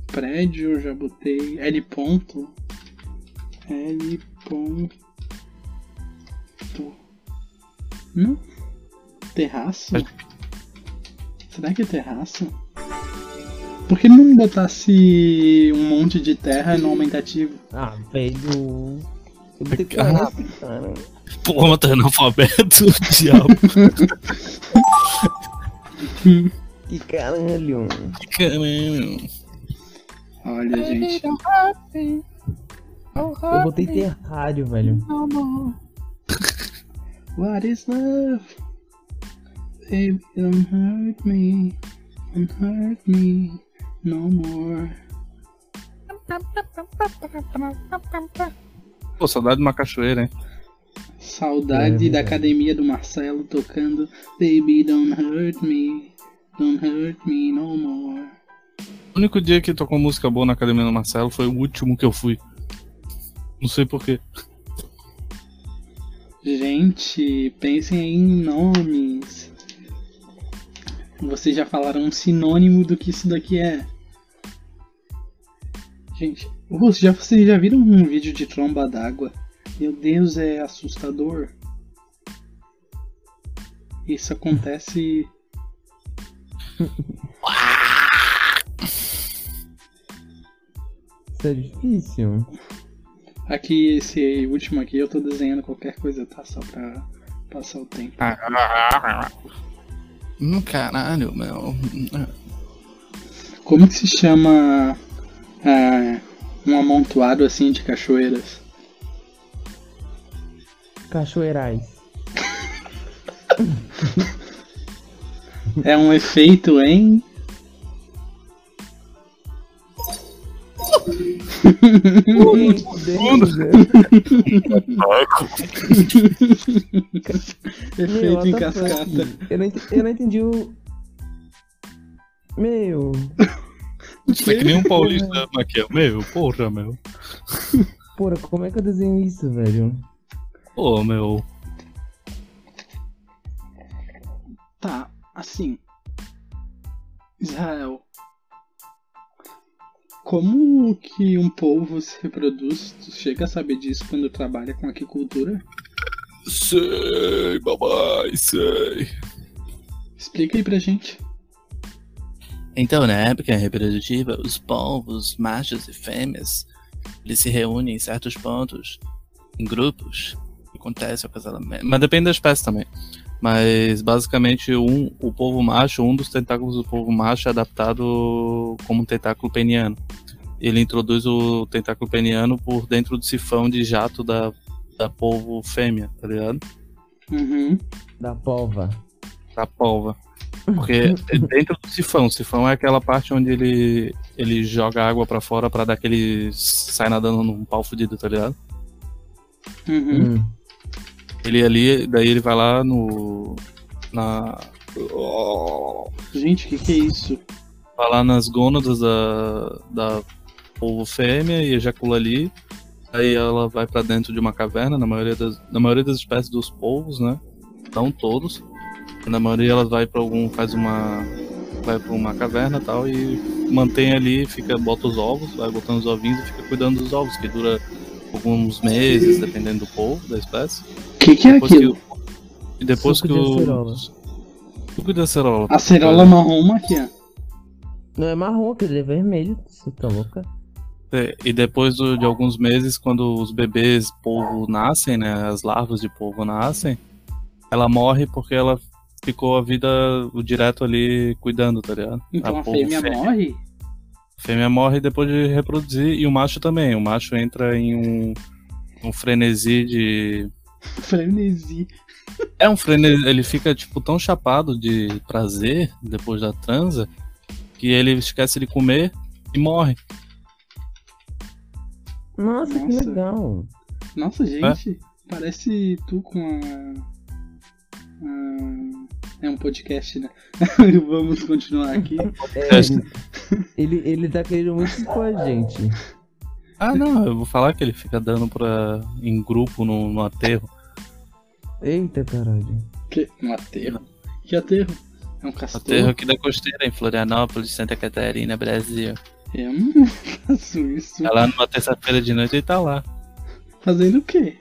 S1: Prédio eu já botei. L ponto. L ponto. Não? Terraço? Será que é terraço? Por que não botasse um monte de terra no aumentativo?
S5: Ah, velho. Eu vou ter que
S4: Caralho.
S5: parar esse cara.
S4: Ponta é analfabeto, *laughs* diabo.
S5: Que caralho.
S4: Caralho.
S1: Olha, gente.
S5: Eu botei terrário, velho.
S1: What is love? Baby, don't hurt me. Don't hurt me no more.
S4: Pô, saudade de uma cachoeira, hein?
S1: Saudade
S5: É
S1: da
S5: verdade.
S1: academia do Marcelo tocando Baby, don't hurt me. Don't hurt me no more.
S4: O único dia que tocou música boa na academia do Marcelo foi o último que eu fui. Não sei porquê.
S1: Gente, pensem aí em nomes. Vocês já falaram um sinônimo do que isso daqui é. Gente, vocês já, vocês já viram um vídeo de tromba d'água? Meu Deus, é assustador. Isso acontece.
S5: Isso é difícil.
S1: Aqui, esse último aqui, eu tô desenhando qualquer coisa, tá? Só pra passar o tempo.
S7: Hum, caralho, meu.
S1: Como que se chama ah, um amontoado assim de cachoeiras?
S5: Cachoeirais.
S1: É um efeito em.
S5: Meu,
S1: Efeito
S5: what
S1: em
S5: the
S1: cascata.
S5: fuck? Eu não entendi, eu não entendi o. Meu.
S4: É que nem um paulista aqui, é meu, porra, meu.
S5: Porra, como é que eu desenho isso, velho?
S4: Pô, meu.
S1: Tá, assim. Israel. Como que um povo se reproduz? Tu chega a saber disso quando trabalha com aquicultura?
S4: Sei, babai, sei.
S1: Explica aí pra gente.
S7: Então, na
S4: né, é
S7: época reprodutiva, os polvos, machos e fêmeas, eles se reúnem em certos pontos, em grupos, acontece o casamento.
S4: Mas depende da espécie também. Mas basicamente um, o povo macho, um dos tentáculos do povo macho é adaptado como um tentáculo peniano. Ele introduz o tentáculo peniano por dentro do sifão de jato da, da polvo fêmea, tá ligado?
S1: Uhum.
S5: Da pova.
S4: Da polva. Porque é dentro do sifão, o sifão é aquela parte onde ele, ele joga a água pra fora pra dar aquele. sai nadando num pau fudido, tá ligado?
S1: Uhum.
S4: Ele ali, daí ele vai lá no. na.
S1: Gente, o que, que é isso?
S4: vai lá nas gônadas da, da povo fêmea e ejacula ali. Aí ela vai pra dentro de uma caverna, na maioria das, na maioria das espécies dos polvos, né? Não todos. Na maioria ela vai pra algum, faz uma vai pra uma caverna, e tal e mantém ali, fica bota os ovos, vai botando os ovinhos e fica cuidando dos ovos, que dura alguns meses, dependendo do polvo, da espécie.
S1: O que, que é
S4: Depois que
S1: aquilo?
S4: o- e depois
S5: Suco
S4: que
S5: de
S4: o
S5: acerola.
S4: Suco de acerola.
S1: Acerola marrom aqui, ó.
S5: Não é marrom, aquele é vermelho. Você tá louca?
S4: É, E depois do- de alguns meses, quando os bebês polvo nascem, né? As larvas de polvo nascem, ela morre porque ela ficou a vida o direto ali cuidando, tá ligado?
S1: Então a,
S4: polvo
S1: fêmea morre?
S4: fêmea morre depois de reproduzir e o macho também. O macho entra em um, um frenesi de.
S1: Frenesi.
S4: É um frenesi. Ele fica, tipo, tão chapado de prazer depois da transa que ele esquece de comer e morre.
S5: Nossa,
S1: Nossa.
S5: que legal.
S1: Nossa, gente. Parece tu com a. a- É um podcast, né? *laughs* Vamos continuar aqui.
S4: Então,
S5: É, ele, ele tá querendo muito expor a gente.
S4: Ah, não, eu vou falar que ele fica dando pra, em grupo no, no aterro.
S5: Eita, caralho.
S1: Que... Um aterro? Que aterro? É um castor?
S4: Aterro
S1: Aterro.
S4: aqui da costeira, em Florianópolis, Santa Catarina, Brasil.
S1: Eu não *laughs* faço isso.
S4: Tá lá numa terça-feira de noite e tá lá.
S1: Fazendo o quê?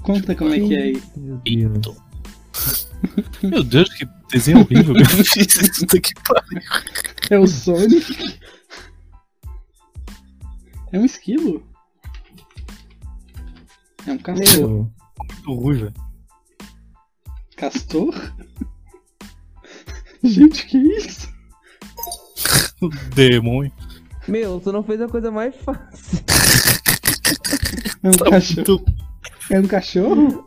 S1: Conta como é que é aí.
S5: Meu Deus.
S4: Eito. Meu Deus, que desenho horrível que eu fiz *laughs* isso daqui.
S1: É o Sonic? É um esquilo? É um castor?
S5: Meu,
S4: Muito ruim, velho.
S1: Castor? *laughs* Gente, que isso?
S4: Demônio.
S5: meu, tu não fez a coisa mais fácil.
S1: É um
S4: Tá
S1: cachorro?
S4: muito,
S1: É um cachorro?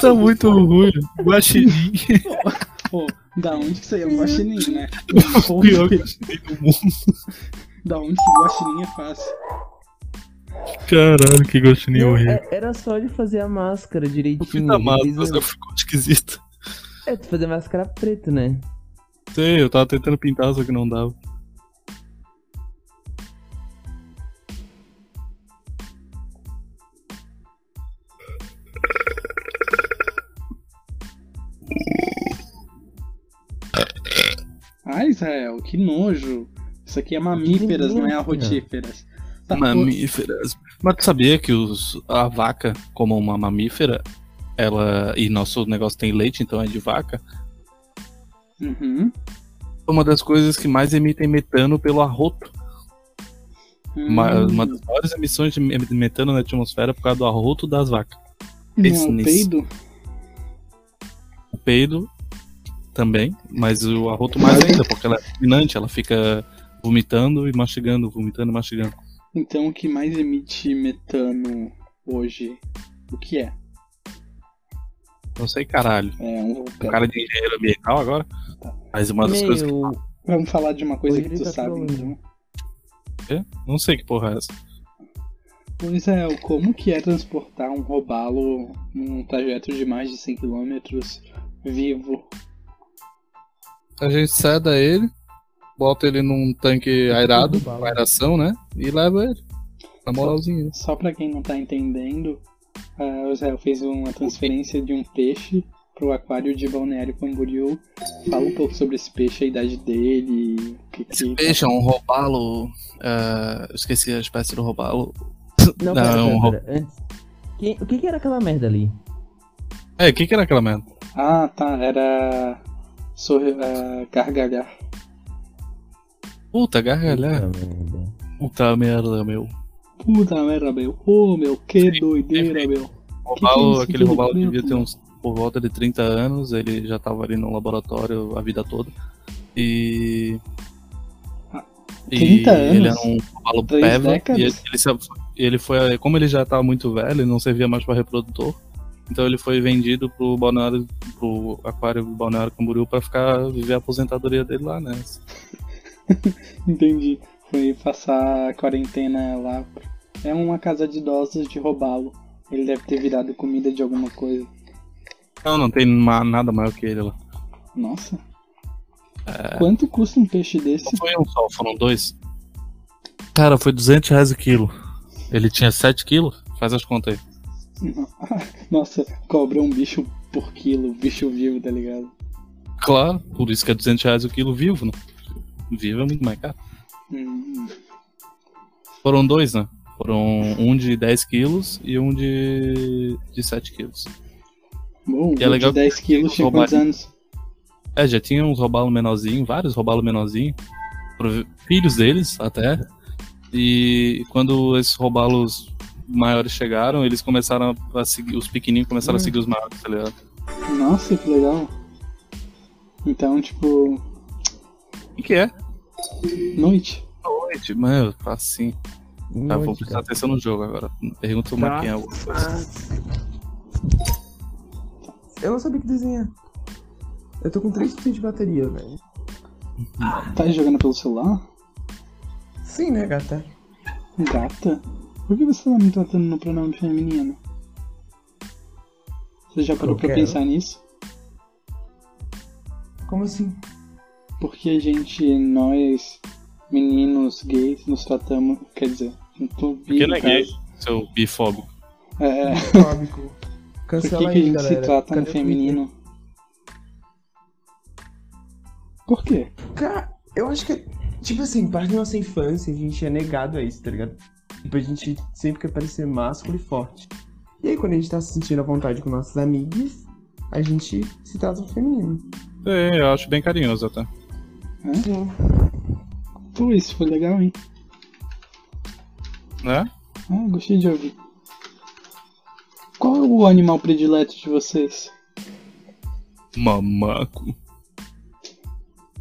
S4: tá muito ruim. Guaxinim.
S1: Pô, da onde que saiu o guaxinim, né?
S4: é O pior guaxinim do mundo.
S1: Da onde que o guaxinim é fácil?
S4: Caralho, que guaxinim
S5: Meu,
S4: horrível.
S5: é- um era só de fazer a máscara
S4: Tá Eu
S5: direitinho.
S4: fiz a
S5: ele fez
S4: máscara,
S5: o-
S4: só ficou esquisito.
S5: É, tu fazer máscara preta, né?
S4: Sei, eu tava tentando pintar, só que não dava.
S1: Ah, Israel, que nojo. Isso aqui é mamíferas, não é arrotíferas. Tá,
S4: Mamíferas. Mas tu sabia que os, a vaca, como uma mamífera, ela e nosso negócio tem leite, então é de vaca,
S1: Uhum.
S4: é uma das coisas que mais emitem metano pelo arroto. Uma,
S1: Hum.
S4: uma das maiores emissões de me- de metano na atmosfera é por causa do arroto das vacas.
S1: Não,
S4: pense
S1: o
S4: nisso.
S1: peido?
S4: O peido também, mas o arroto mais ainda, porque ela é dominante, ela fica vomitando e mastigando, vomitando e mastigando.
S1: Então o que mais emite metano hoje? O que é?
S4: Não sei, caralho.
S1: É um vulcão.
S4: O cara de engenheiro ambiental agora. Mas uma das coisas que.
S5: Meu,
S1: Vamos falar de uma coisa
S5: Hoje
S1: que
S5: ele
S1: tu
S5: tá
S1: sabe,
S5: falando.
S4: né?
S1: então.
S4: Não sei que porra é essa.
S1: Pois é, como que é transportar um robalo num trajeto de mais de 100 km vivo?
S4: A gente ceda ele, bota ele num tanque airado,
S5: Tudo bala.
S4: com aeração, né? E leva ele. Na moralzinha.
S1: Só pra quem não tá entendendo, ah, o Zé fez uma transferência de um peixe pro aquário de Balneário Camboriú. Fala um pouco sobre esse peixe, a idade dele, o que
S7: Esse
S1: que...
S7: peixe é um robalo. ah, eu esqueci a espécie do robalo.
S4: Não,
S5: não, né? pera, pera,
S4: um
S5: pera, antes. Quem- o que, que era aquela merda ali?
S4: É, o que, que era aquela merda?
S1: Ah, tá, era... Sor... ah, gargalhar.
S4: Puta,
S5: É,
S4: gargalhar.
S5: Puta merda.
S4: Puta merda, meu.
S1: Puta merda, meu. Ô, meu, que doideira, meu.
S4: Robalo,
S1: isso,
S4: aquele
S1: tudo
S4: robalo
S1: preto,
S4: devia ter
S1: mano?
S4: uns por volta de 30 anos, ele já tava ali no laboratório a vida toda. E.
S1: Ah,
S4: e
S1: 30
S4: Ele
S1: anos?
S4: era um robalo
S1: Três
S4: peva.
S1: décadas?
S4: E ele, ele se- ele foi. Como ele já tava muito velho, ele não servia mais pra reprodutor. Então ele foi vendido pro Balneário, pro aquário do Balneário Camboriú pra ficar viver a aposentadoria dele lá, né?
S1: Entendi. Foi passar a quarentena lá. É uma casa de idosos de roubá-lo. Ele deve ter virado comida de alguma coisa.
S4: Então Não, não tem ma- nada maior que ele lá.
S1: Nossa.
S7: É.
S1: Quanto custa um peixe desse?
S4: Não foi um só, foram dois. Cara, foi 200 reais o quilo. Ele tinha 7 quilos? Faz as contas aí.
S1: *laughs* Nossa, cobra um bicho por quilo, bicho vivo, tá ligado?
S4: Claro, por isso que é 200 reais o quilo vivo, né? Vivo é muito mais caro.
S1: Hum,
S4: Foram dois, né? Foram um de 10 quilos e um de, de 7 quilos.
S1: bom,
S4: E é legal
S1: de 10
S4: que
S1: quilos tinha quantos
S4: roubarem.
S1: anos?
S4: É, já tinha uns robalos menorzinhos, vários robalos menorzinhos. pro- Filhos deles, até. E quando esses robalos maiores chegaram, eles começaram a seguir, os pequenininhos começaram a seguir os maiores, tá ligado?
S1: Nossa, que legal. Então, tipo,
S4: O que é?
S1: noite.
S4: Noite, mano, assim. Tá, vou
S5: Noite,
S4: prestar
S5: cara.
S4: atenção no jogo agora. Pergunta uma quem é o.
S3: Eu não sabia que desenhar.
S5: Eu tô com 3% de bateria, velho.
S1: Tá jogando pelo celular?
S3: Sim, né, gata?
S1: Gata? Por que você tá me tratando no pronome feminino? Você já parou
S5: Eu
S1: pra
S5: quero.
S1: pensar nisso?
S3: Como assim?
S1: Porque a gente, nós, meninos gays, nos tratamos, quer dizer, não tô bi,
S4: Porque não é
S1: no caso.
S4: gay, seu bifogo.
S1: É,
S3: *laughs* Fábico.
S1: por que, que
S5: Cancela
S1: a
S5: aí,
S1: gente
S5: galera.
S1: se trata no
S5: Cadê o
S1: feminino? Por quê?
S3: Cara, eu acho que, tipo assim, parte da nossa infância a gente é negado a isso, tá ligado? Tipo, a gente sempre quer parecer másculo e forte. E aí, quando a gente tá se sentindo à vontade com nossos amigos, a gente se trata feminino.
S4: É, eu acho bem carinhoso até.
S3: Sim.
S1: Pô, isso foi legal, hein?
S4: Né?
S1: Ah, gostei de ouvir. Qual é o animal predileto de vocês?
S4: Mamaco.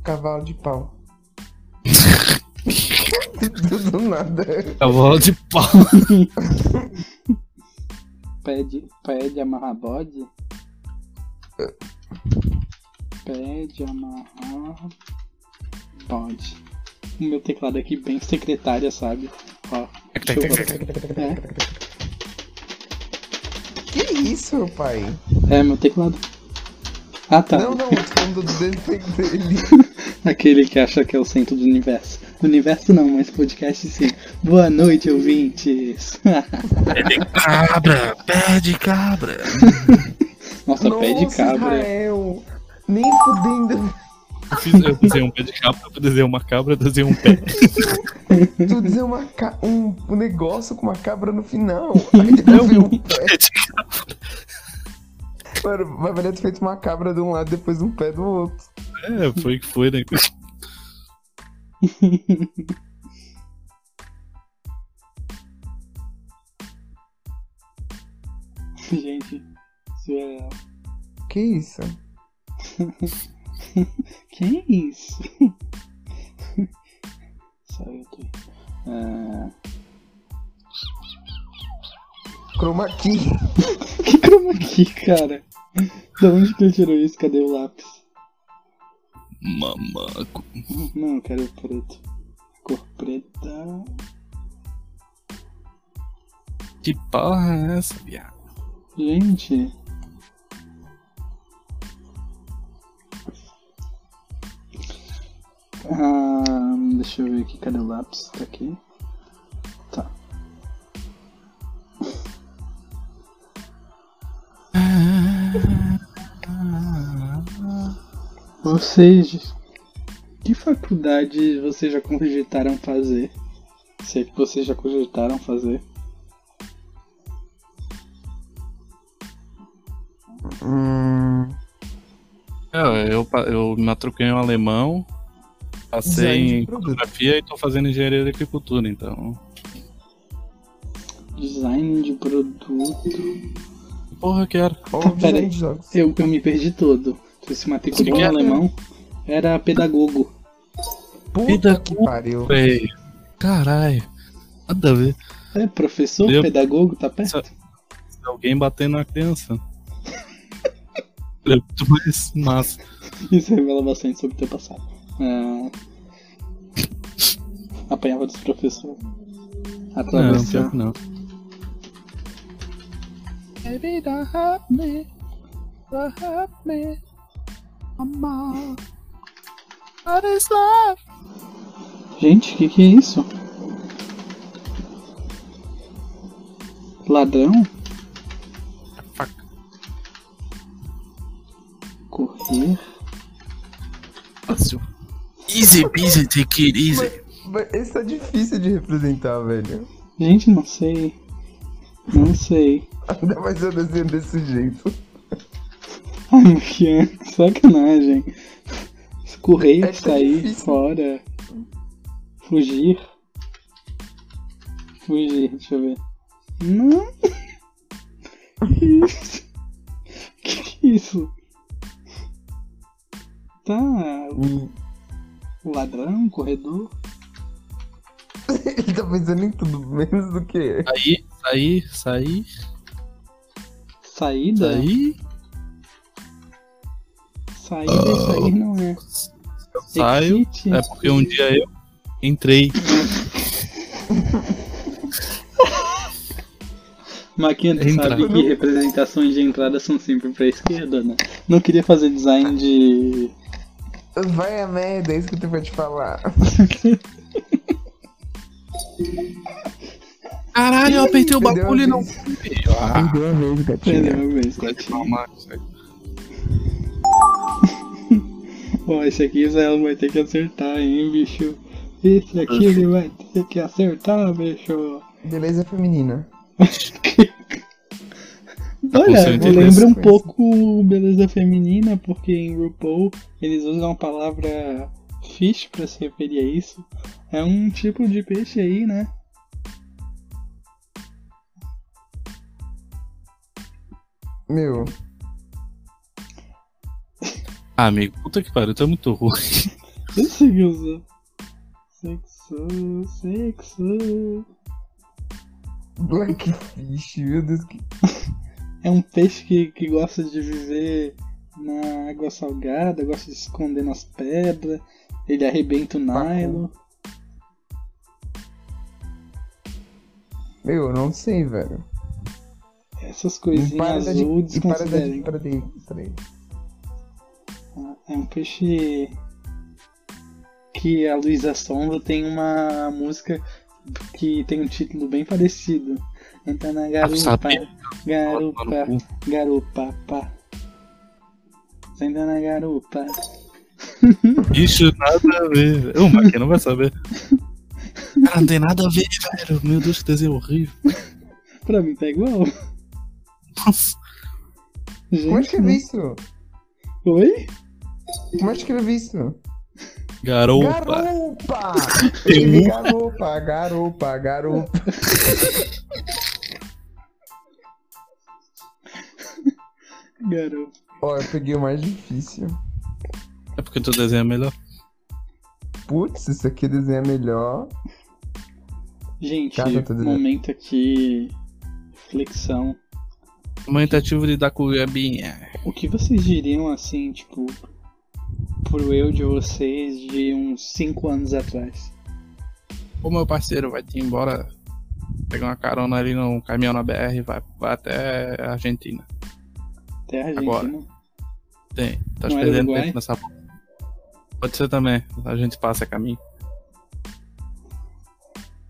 S3: Cavalo de pau. *laughs* Do nada.
S4: Cavalo Tá de pau.
S1: Pé de, pé de amarrar bode? Pé de amarrar bode. O meu teclado aqui bem secretária, sabe? Ó. deixa eu É? botar.
S3: Que isso, meu pai?
S1: É, é meu teclado. Ah tá,
S3: Não, não, eu tô falando do desenho dele.
S1: aquele que acha que é o centro do universo. Do universo não, mas podcast sim. Boa noite, ouvintes. *laughs*
S7: Cabra! Pé de cabra!
S1: Nossa, pé de cabra.
S3: Israel. Nem fudendo.
S4: Eu, fiz, eu desenhei um pé de cabra, eu desenhei uma cabra, eu desenhei um pé.
S3: Tu dizer uma ca- um, um negócio com uma cabra no final. Aí depois
S4: Não.
S3: vem um pé. Mano, vai valer ter feito uma cabra de um lado depois um pé do outro.
S4: É, foi que foi, né?
S1: *laughs* Gente, isso é.
S3: Que isso?
S1: Que é isso? *laughs* Saiu aqui. Ah, *laughs*
S3: Chroma key.
S1: Que croma aqui, cara? Da onde que ele tirou isso? Cadê o lápis?
S7: Mamaco.
S1: Não, eu quero preto. Cor preta.
S7: Que porra é essa, viado?
S1: Gente. Ah, deixa eu ver aqui, cadê o lápis? Tá aqui. Tá. Vocês. Que faculdade vocês já cogitaram fazer? Se é que vocês já cogitaram fazer.
S3: Hum,
S4: Eu, É, eu, pa- eu me matriculei em alemão, passei
S3: Design de
S4: em
S3: produto.
S4: fotografia e tô fazendo engenharia de agricultura, então.
S1: Design de produto.
S4: Que Porra, eu quero.
S3: ou design
S1: peraí.
S3: de jogos.
S1: Eu, eu me perdi todo. Tu se matriculou em
S4: Que que é?
S1: alemão. Era pedagogo.
S3: Puta
S4: Vida
S3: que
S4: com-
S3: pariu.
S4: Ei, Caralho. Nada a ver.
S1: É, professor,
S4: Eu-
S1: pedagogo, tá perto?
S4: Só- Alguém batendo na criança. É muito mais massa.
S1: Isso revela bastante sobre o teu passado. Ah, Apanhava dos professores. Tá
S4: Não, pior
S1: Atravessar.
S4: que não.
S1: Gente, o que, que é isso? Ladrão? Correr.
S7: Fácil. Easy peasy, take it easy.
S3: Mas Esse tá difícil de representar, velho.
S1: Gente, não sei. Não sei.
S3: Ainda mais eu desenho desse jeito.
S1: Ai, meu Kian, sacanagem. Escorrer,
S3: É que tá
S1: sair
S3: difícil.
S1: fora. Fugir. Fugir, deixa eu ver. Não! *laughs* Que isso? Que que é isso? Tá, ladrão, corredor.
S3: Ele tá pensando em tudo, menos do que.
S4: Sair, sair, sair,
S1: Saída?
S4: sair.
S1: Saída e sair não é.
S4: Saio.
S1: Existe.
S4: É porque um dia eu entrei.
S1: Maquinha, tu
S4: Entra.
S1: sabe que representações de entrada são sempre pra esquerda, né? Não queria fazer design de.
S3: Vai a merda, é isso que eu tenho pra te falar.
S7: Caralho, eu apertei o
S3: Entendeu?
S7: bagulho e não.
S3: Perdeu a vez,
S1: Perdeu meu vez,
S4: Não,
S1: gatinho.
S4: Max, aí.
S1: Bom, esse aqui o Israel vai ter que acertar, hein, bicho? Esse aqui ele vai ter que acertar, bicho.
S3: Beleza feminina.
S1: Olha,
S4: certeza.
S1: lembra um pouco beleza feminina, porque em RuPaul eles usam a palavra fish pra se referir a isso. É um tipo de peixe aí, né?
S3: Meu,
S4: Ah, amigo, puta que pariu, tá muito ruim.
S1: Esse que usou. Sexo, sexo.
S3: Blackfish, meu Deus, que
S1: É um peixe que, que gosta de viver na água salgada, gosta de se esconder nas pedras, ele arrebenta o nylon.
S3: Meu, eu não sei, velho.
S1: Essas
S3: Não
S1: coisinhas
S3: para dar de.
S1: azul
S3: não Para dar de.
S1: desconsiderem.
S3: Para de. Para de.
S1: É um peixe que a Luísa Sonza tem uma música que tem um título bem parecido. Entra na garupa,
S4: sabia?
S1: garupa,
S4: Tomar no cu.
S1: garupa, pá. Entra na garupa.
S4: Bicho, nada a ver. Ô, mas quem não vai saber?
S7: Cara, não tem nada a ver, velho.
S1: *laughs*
S4: Meu Deus, que desenho horrível.
S1: Pra mim tá igual.
S4: Nossa.
S3: Como é que eu vi isso?
S1: Oi?
S3: Como é que eu vi isso?
S4: Garopa.
S3: Garupa! Eu tive garupa, garupa, garupa.
S1: Garoto.
S3: Ó, eu peguei o mais difícil.
S4: É porque tu desenha melhor.
S3: Putz, isso aqui desenha melhor.
S1: Gente,
S3: Cara, tá dizendo.
S1: momento aqui. Reflexão.
S4: Mãe tentativa de dar com é, gabinha.
S1: O que vocês diriam assim, tipo, pro eu de vocês de uns 5 anos atrás?
S4: Ô meu parceiro, vai te embora. Pegar uma carona ali num caminhão na BR e vai, vai até a Argentina.
S1: Até a
S4: Agora.
S1: Argentina.
S4: Tem, tá
S3: é
S1: Não era
S4: perdendo
S1: Uruguai?
S4: tempo nessa porra. Pode ser também, a gente passa caminho.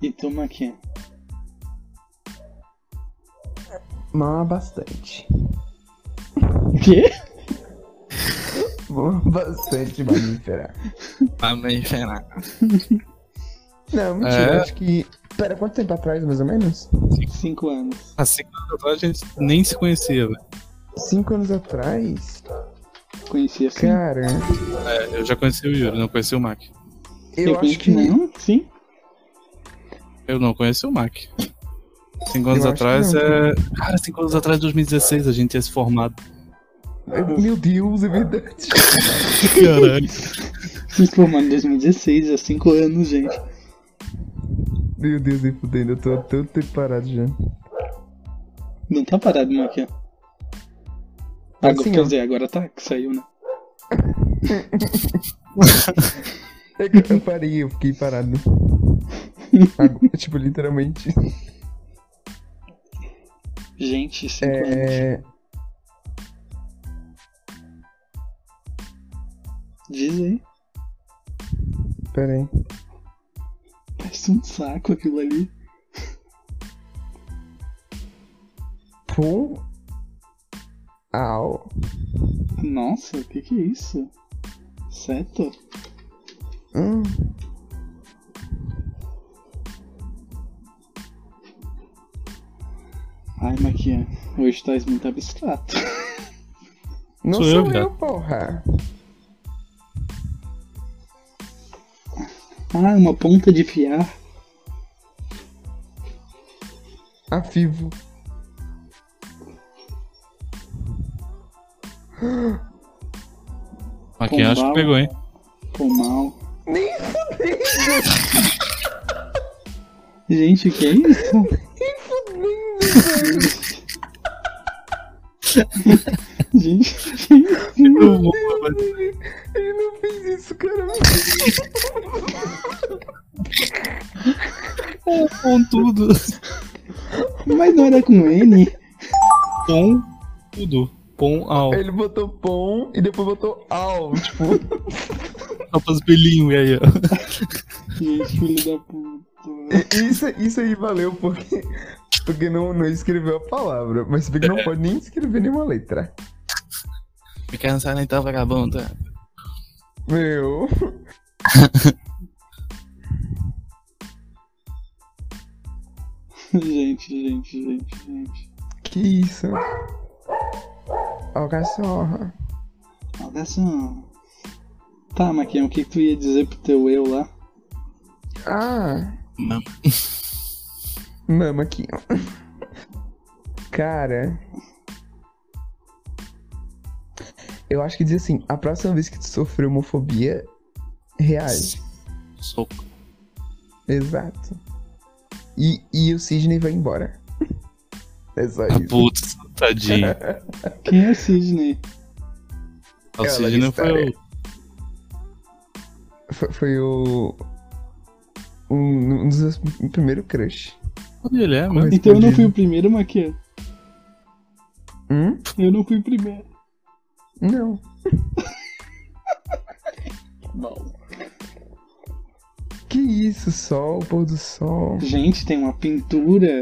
S1: E toma aqui.
S3: Mas bastante.
S1: O quê?
S3: Mas *laughs* Bastante mamífera.
S4: Amém, Fernando.
S3: Não, Então, mentira,
S4: É?
S3: acho que. Pera, quanto tempo atrás, mais ou menos?
S1: 5 anos.
S4: Há cinco anos atrás Assim, a gente nem se conhecia, né? velho.
S3: Cinco anos atrás?
S1: Conheci assim.
S3: Cara,
S4: É, eu já conheci o Yuri, não conheci o Mac.
S3: eu acho
S1: conheci-
S3: que.
S1: Não, sim.
S4: Eu não conheci o Mac. Cinco anos
S3: acho que
S4: atrás
S3: não,
S4: é. Cara, cinco anos atrás, 2016, a gente ia se formado.
S3: Meu Deus, é verdade.
S4: Caralho.
S1: Se formando em 2016, há 5 anos, gente.
S3: Meu Deus, me fudendo, eu tô há tanto tempo parado já.
S1: Não tá parado, Maquia. Agora,
S3: Assim,
S1: quer
S3: ó.
S1: dizer, agora tá, que saiu, né?
S3: É que eu parei, eu fiquei parado. Agora, *laughs* tipo, literalmente.
S1: Gente, 5 anos.
S3: É.
S1: Diz aí.
S3: Pera aí.
S1: Parece um saco aquilo ali.
S3: Pum. Au.
S1: Nossa, o que que é isso? Certo?
S3: Hum.
S1: Ai, Maquia, hoje tá muito abstrato.
S3: Não
S4: Sou
S3: sou,
S4: eu,
S3: eu,
S4: cara.
S3: porra.
S1: Ah, uma ponta de fiar.
S3: Afivo.
S4: Mac, acho que pegou, hein?
S1: Pomal. Nem fudendo. Gente, o que é isso? Nem fudendo. Gente, *laughs*
S3: Ele não fez isso, cara.
S4: Pontudo.
S1: mas não era com N?
S4: Pom. Tudo. Pom ao.
S3: Ele botou pom e depois botou au. Tipo,
S4: Tapas belinho, e aí, ó.
S1: Gente, filho da puta.
S3: isso, isso aí valeu porque. Porque não, não escreveu a palavra. Mas se bem que
S4: É.
S3: não pode nem escrever nenhuma letra.
S7: Me cansaram então, vagabunda.
S3: Meu.
S1: Gente, gente, gente, gente.
S3: Que isso? Alcaçorra.
S1: Olha só. Tá, Maquião, o que que tu ia dizer pro teu eu lá?
S3: Ah.
S7: Mama.
S3: Mama aqui. ó. Cara. Eu acho que diz assim, a próxima vez que tu sofrer homofobia, reage.
S7: Soco.
S3: Exato. E, e o Sidney vai embora. *laughs* É só
S4: Ah,
S3: isso.
S4: putz, tadinho.
S1: Quem é Sidney?
S4: O
S3: Ela
S4: Sidney
S3: está-
S4: foi o.
S3: Foi, foi o. Um, um dos meus primeiros crush.
S4: Onde ele é, mano?
S3: Mas
S1: Então eu não
S3: podia-
S1: fui o primeiro, Maquião.
S3: Hum?
S1: Eu não fui o primeiro.
S3: Não.
S1: Bom.
S3: Que isso, sol, pôr do sol.
S1: Gente, tem uma pintura.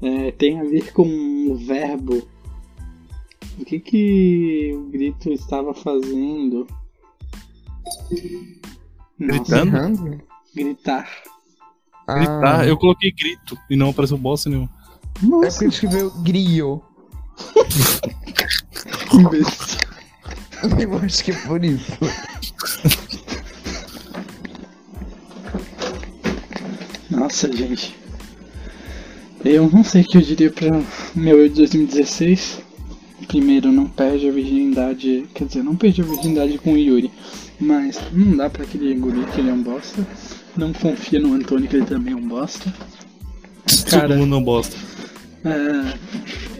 S1: É, tem a ver com um verbo. O que que o grito estava fazendo? Nossa,
S4: Gritando?
S3: Errando?
S1: gritar. *laughs*
S3: Ah,
S4: tá, Gritar. Eu coloquei grito e não apareceu bosta nenhum.
S3: É porque ele escreveu griot.
S1: Imbecil.
S3: *laughs* Eu acho que é por isso.
S1: Nossa, gente. Eu não sei o que eu diria pra meu eu de 2016. Primeiro, não perde a virgindade. Quer dizer, não perdi a virgindade com o Yuri. Mas não dá pra aquele guri que ele é um bosta. Não confia no Antônio que ele também é um bosta. Cara.
S4: Todo mundo não bosta.
S1: É,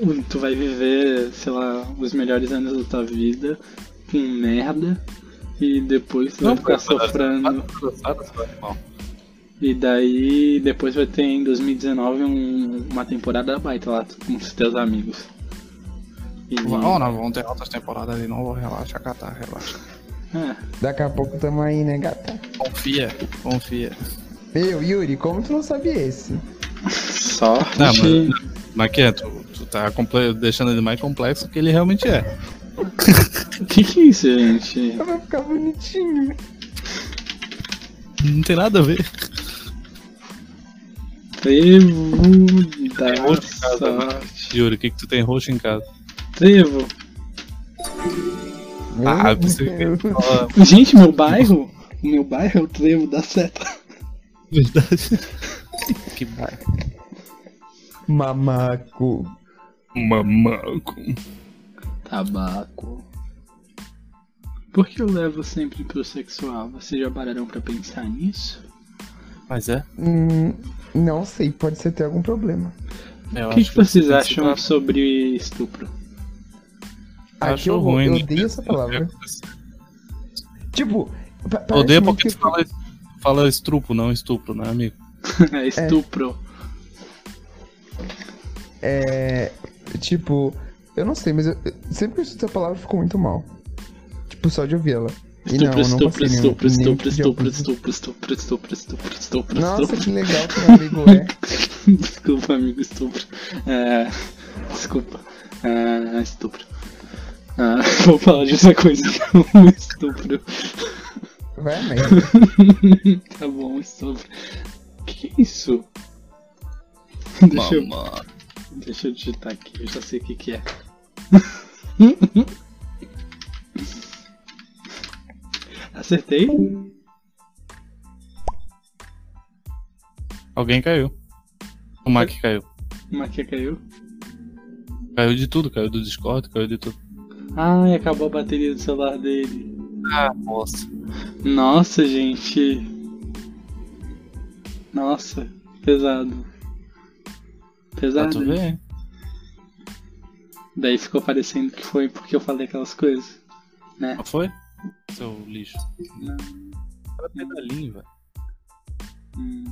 S1: o- tu vai viver, sei lá, os melhores anos da tua vida com merda. E depois tu vai ficar sofrendo. E daí depois vai ter em 2019 um- uma temporada baita lá com os teus amigos. E,
S7: Não, não, vão ter altas temporadas ali, não vou relaxar, catar, relaxa.
S1: é,
S3: Daqui a pouco tamo aí, né, gata?
S7: Confia, confia.
S3: Meu, Yuri, como tu não sabia esse?
S1: sorte.
S4: Não, Mas que é, tu, tu tá comple- deixando ele mais complexo do que ele realmente é.
S1: O que, que é isso, gente?
S3: Eu vou ficar bonitinho.
S4: Não tem nada a ver.
S1: Trevo
S4: Errou
S1: da
S4: de casa,
S1: sorte.
S4: Yuri, o que, que tu tem roxo em casa?
S1: Trevo.
S4: Ah, eu pensei que ele falava
S1: Gente, meu bairro? O meu bairro é o Trevo da Seta.
S4: a verdade.
S7: Que bairro.
S3: Mamaco.
S4: Mamaco.
S1: Tabaco. Por que eu levo sempre pro sexual? Vocês já pararam pra pensar nisso?
S7: Mas é?
S3: Hum, não sei, pode ser ter algum problema.
S7: Eu
S1: O que, que vocês acham
S7: principal-
S1: sobre estupro? *laughs*
S3: Aqui eu, eu
S4: né?
S3: odeio essa palavra. Tipo, pa- parece
S4: Odeio
S3: muito
S4: porque
S3: que-
S4: tu fala, fala estupro, não estupro, né, amigo?
S1: é estupro.
S3: É. Tipo, eu não sei, mas eu- sempre que eu escuto a palavra eu fico muito mal. Tipo, só de ouvir ela. E não,
S1: Estupro,
S3: eu não
S1: estupro,
S3: gostei nenhum-
S1: estupro,
S3: nenhum
S1: estupro,
S3: tipo de
S1: estupro,
S3: abuso.
S1: estupro, estupro, estupro, estupro, estupro,
S3: Nossa,
S1: estupro.
S3: que legal que meu amigo é.
S1: *laughs* Desculpa, amigo, estupro. É, Desculpa. É, Estupro. Ah, *laughs* Vou falar de outra coisa, não. *laughs* Estupro.
S3: Vai a merda.
S1: Tá bom, estupro. Que que é isso? Deixa eu
S7: Mama.
S1: Deixa eu digitar aqui, eu já sei o que, que é. *laughs* Acertei?
S4: Alguém caiu. O Mac caiu.
S1: Uma é que caiu.
S4: Caiu de tudo, caiu do Discord, caiu de tudo.
S1: Ai, Ah, acabou a bateria do celular dele.
S4: Ah, nossa.
S1: Nossa, gente. Nossa, pesado.
S4: Pra tu
S1: Pesado. hein?
S4: ver, hein?
S1: Daí ficou parecendo que foi porque eu falei aquelas coisas.
S4: Não foi? Seu lixo.
S1: Não.
S4: Era pedalinho, velho.
S1: Hum,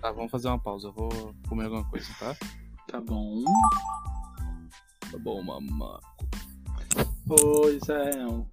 S4: Tá, vamos fazer uma pausa. Eu vou comer alguma coisa, tá?
S1: tá bom.
S4: Tá bom, mamá.
S1: Ô, Israel.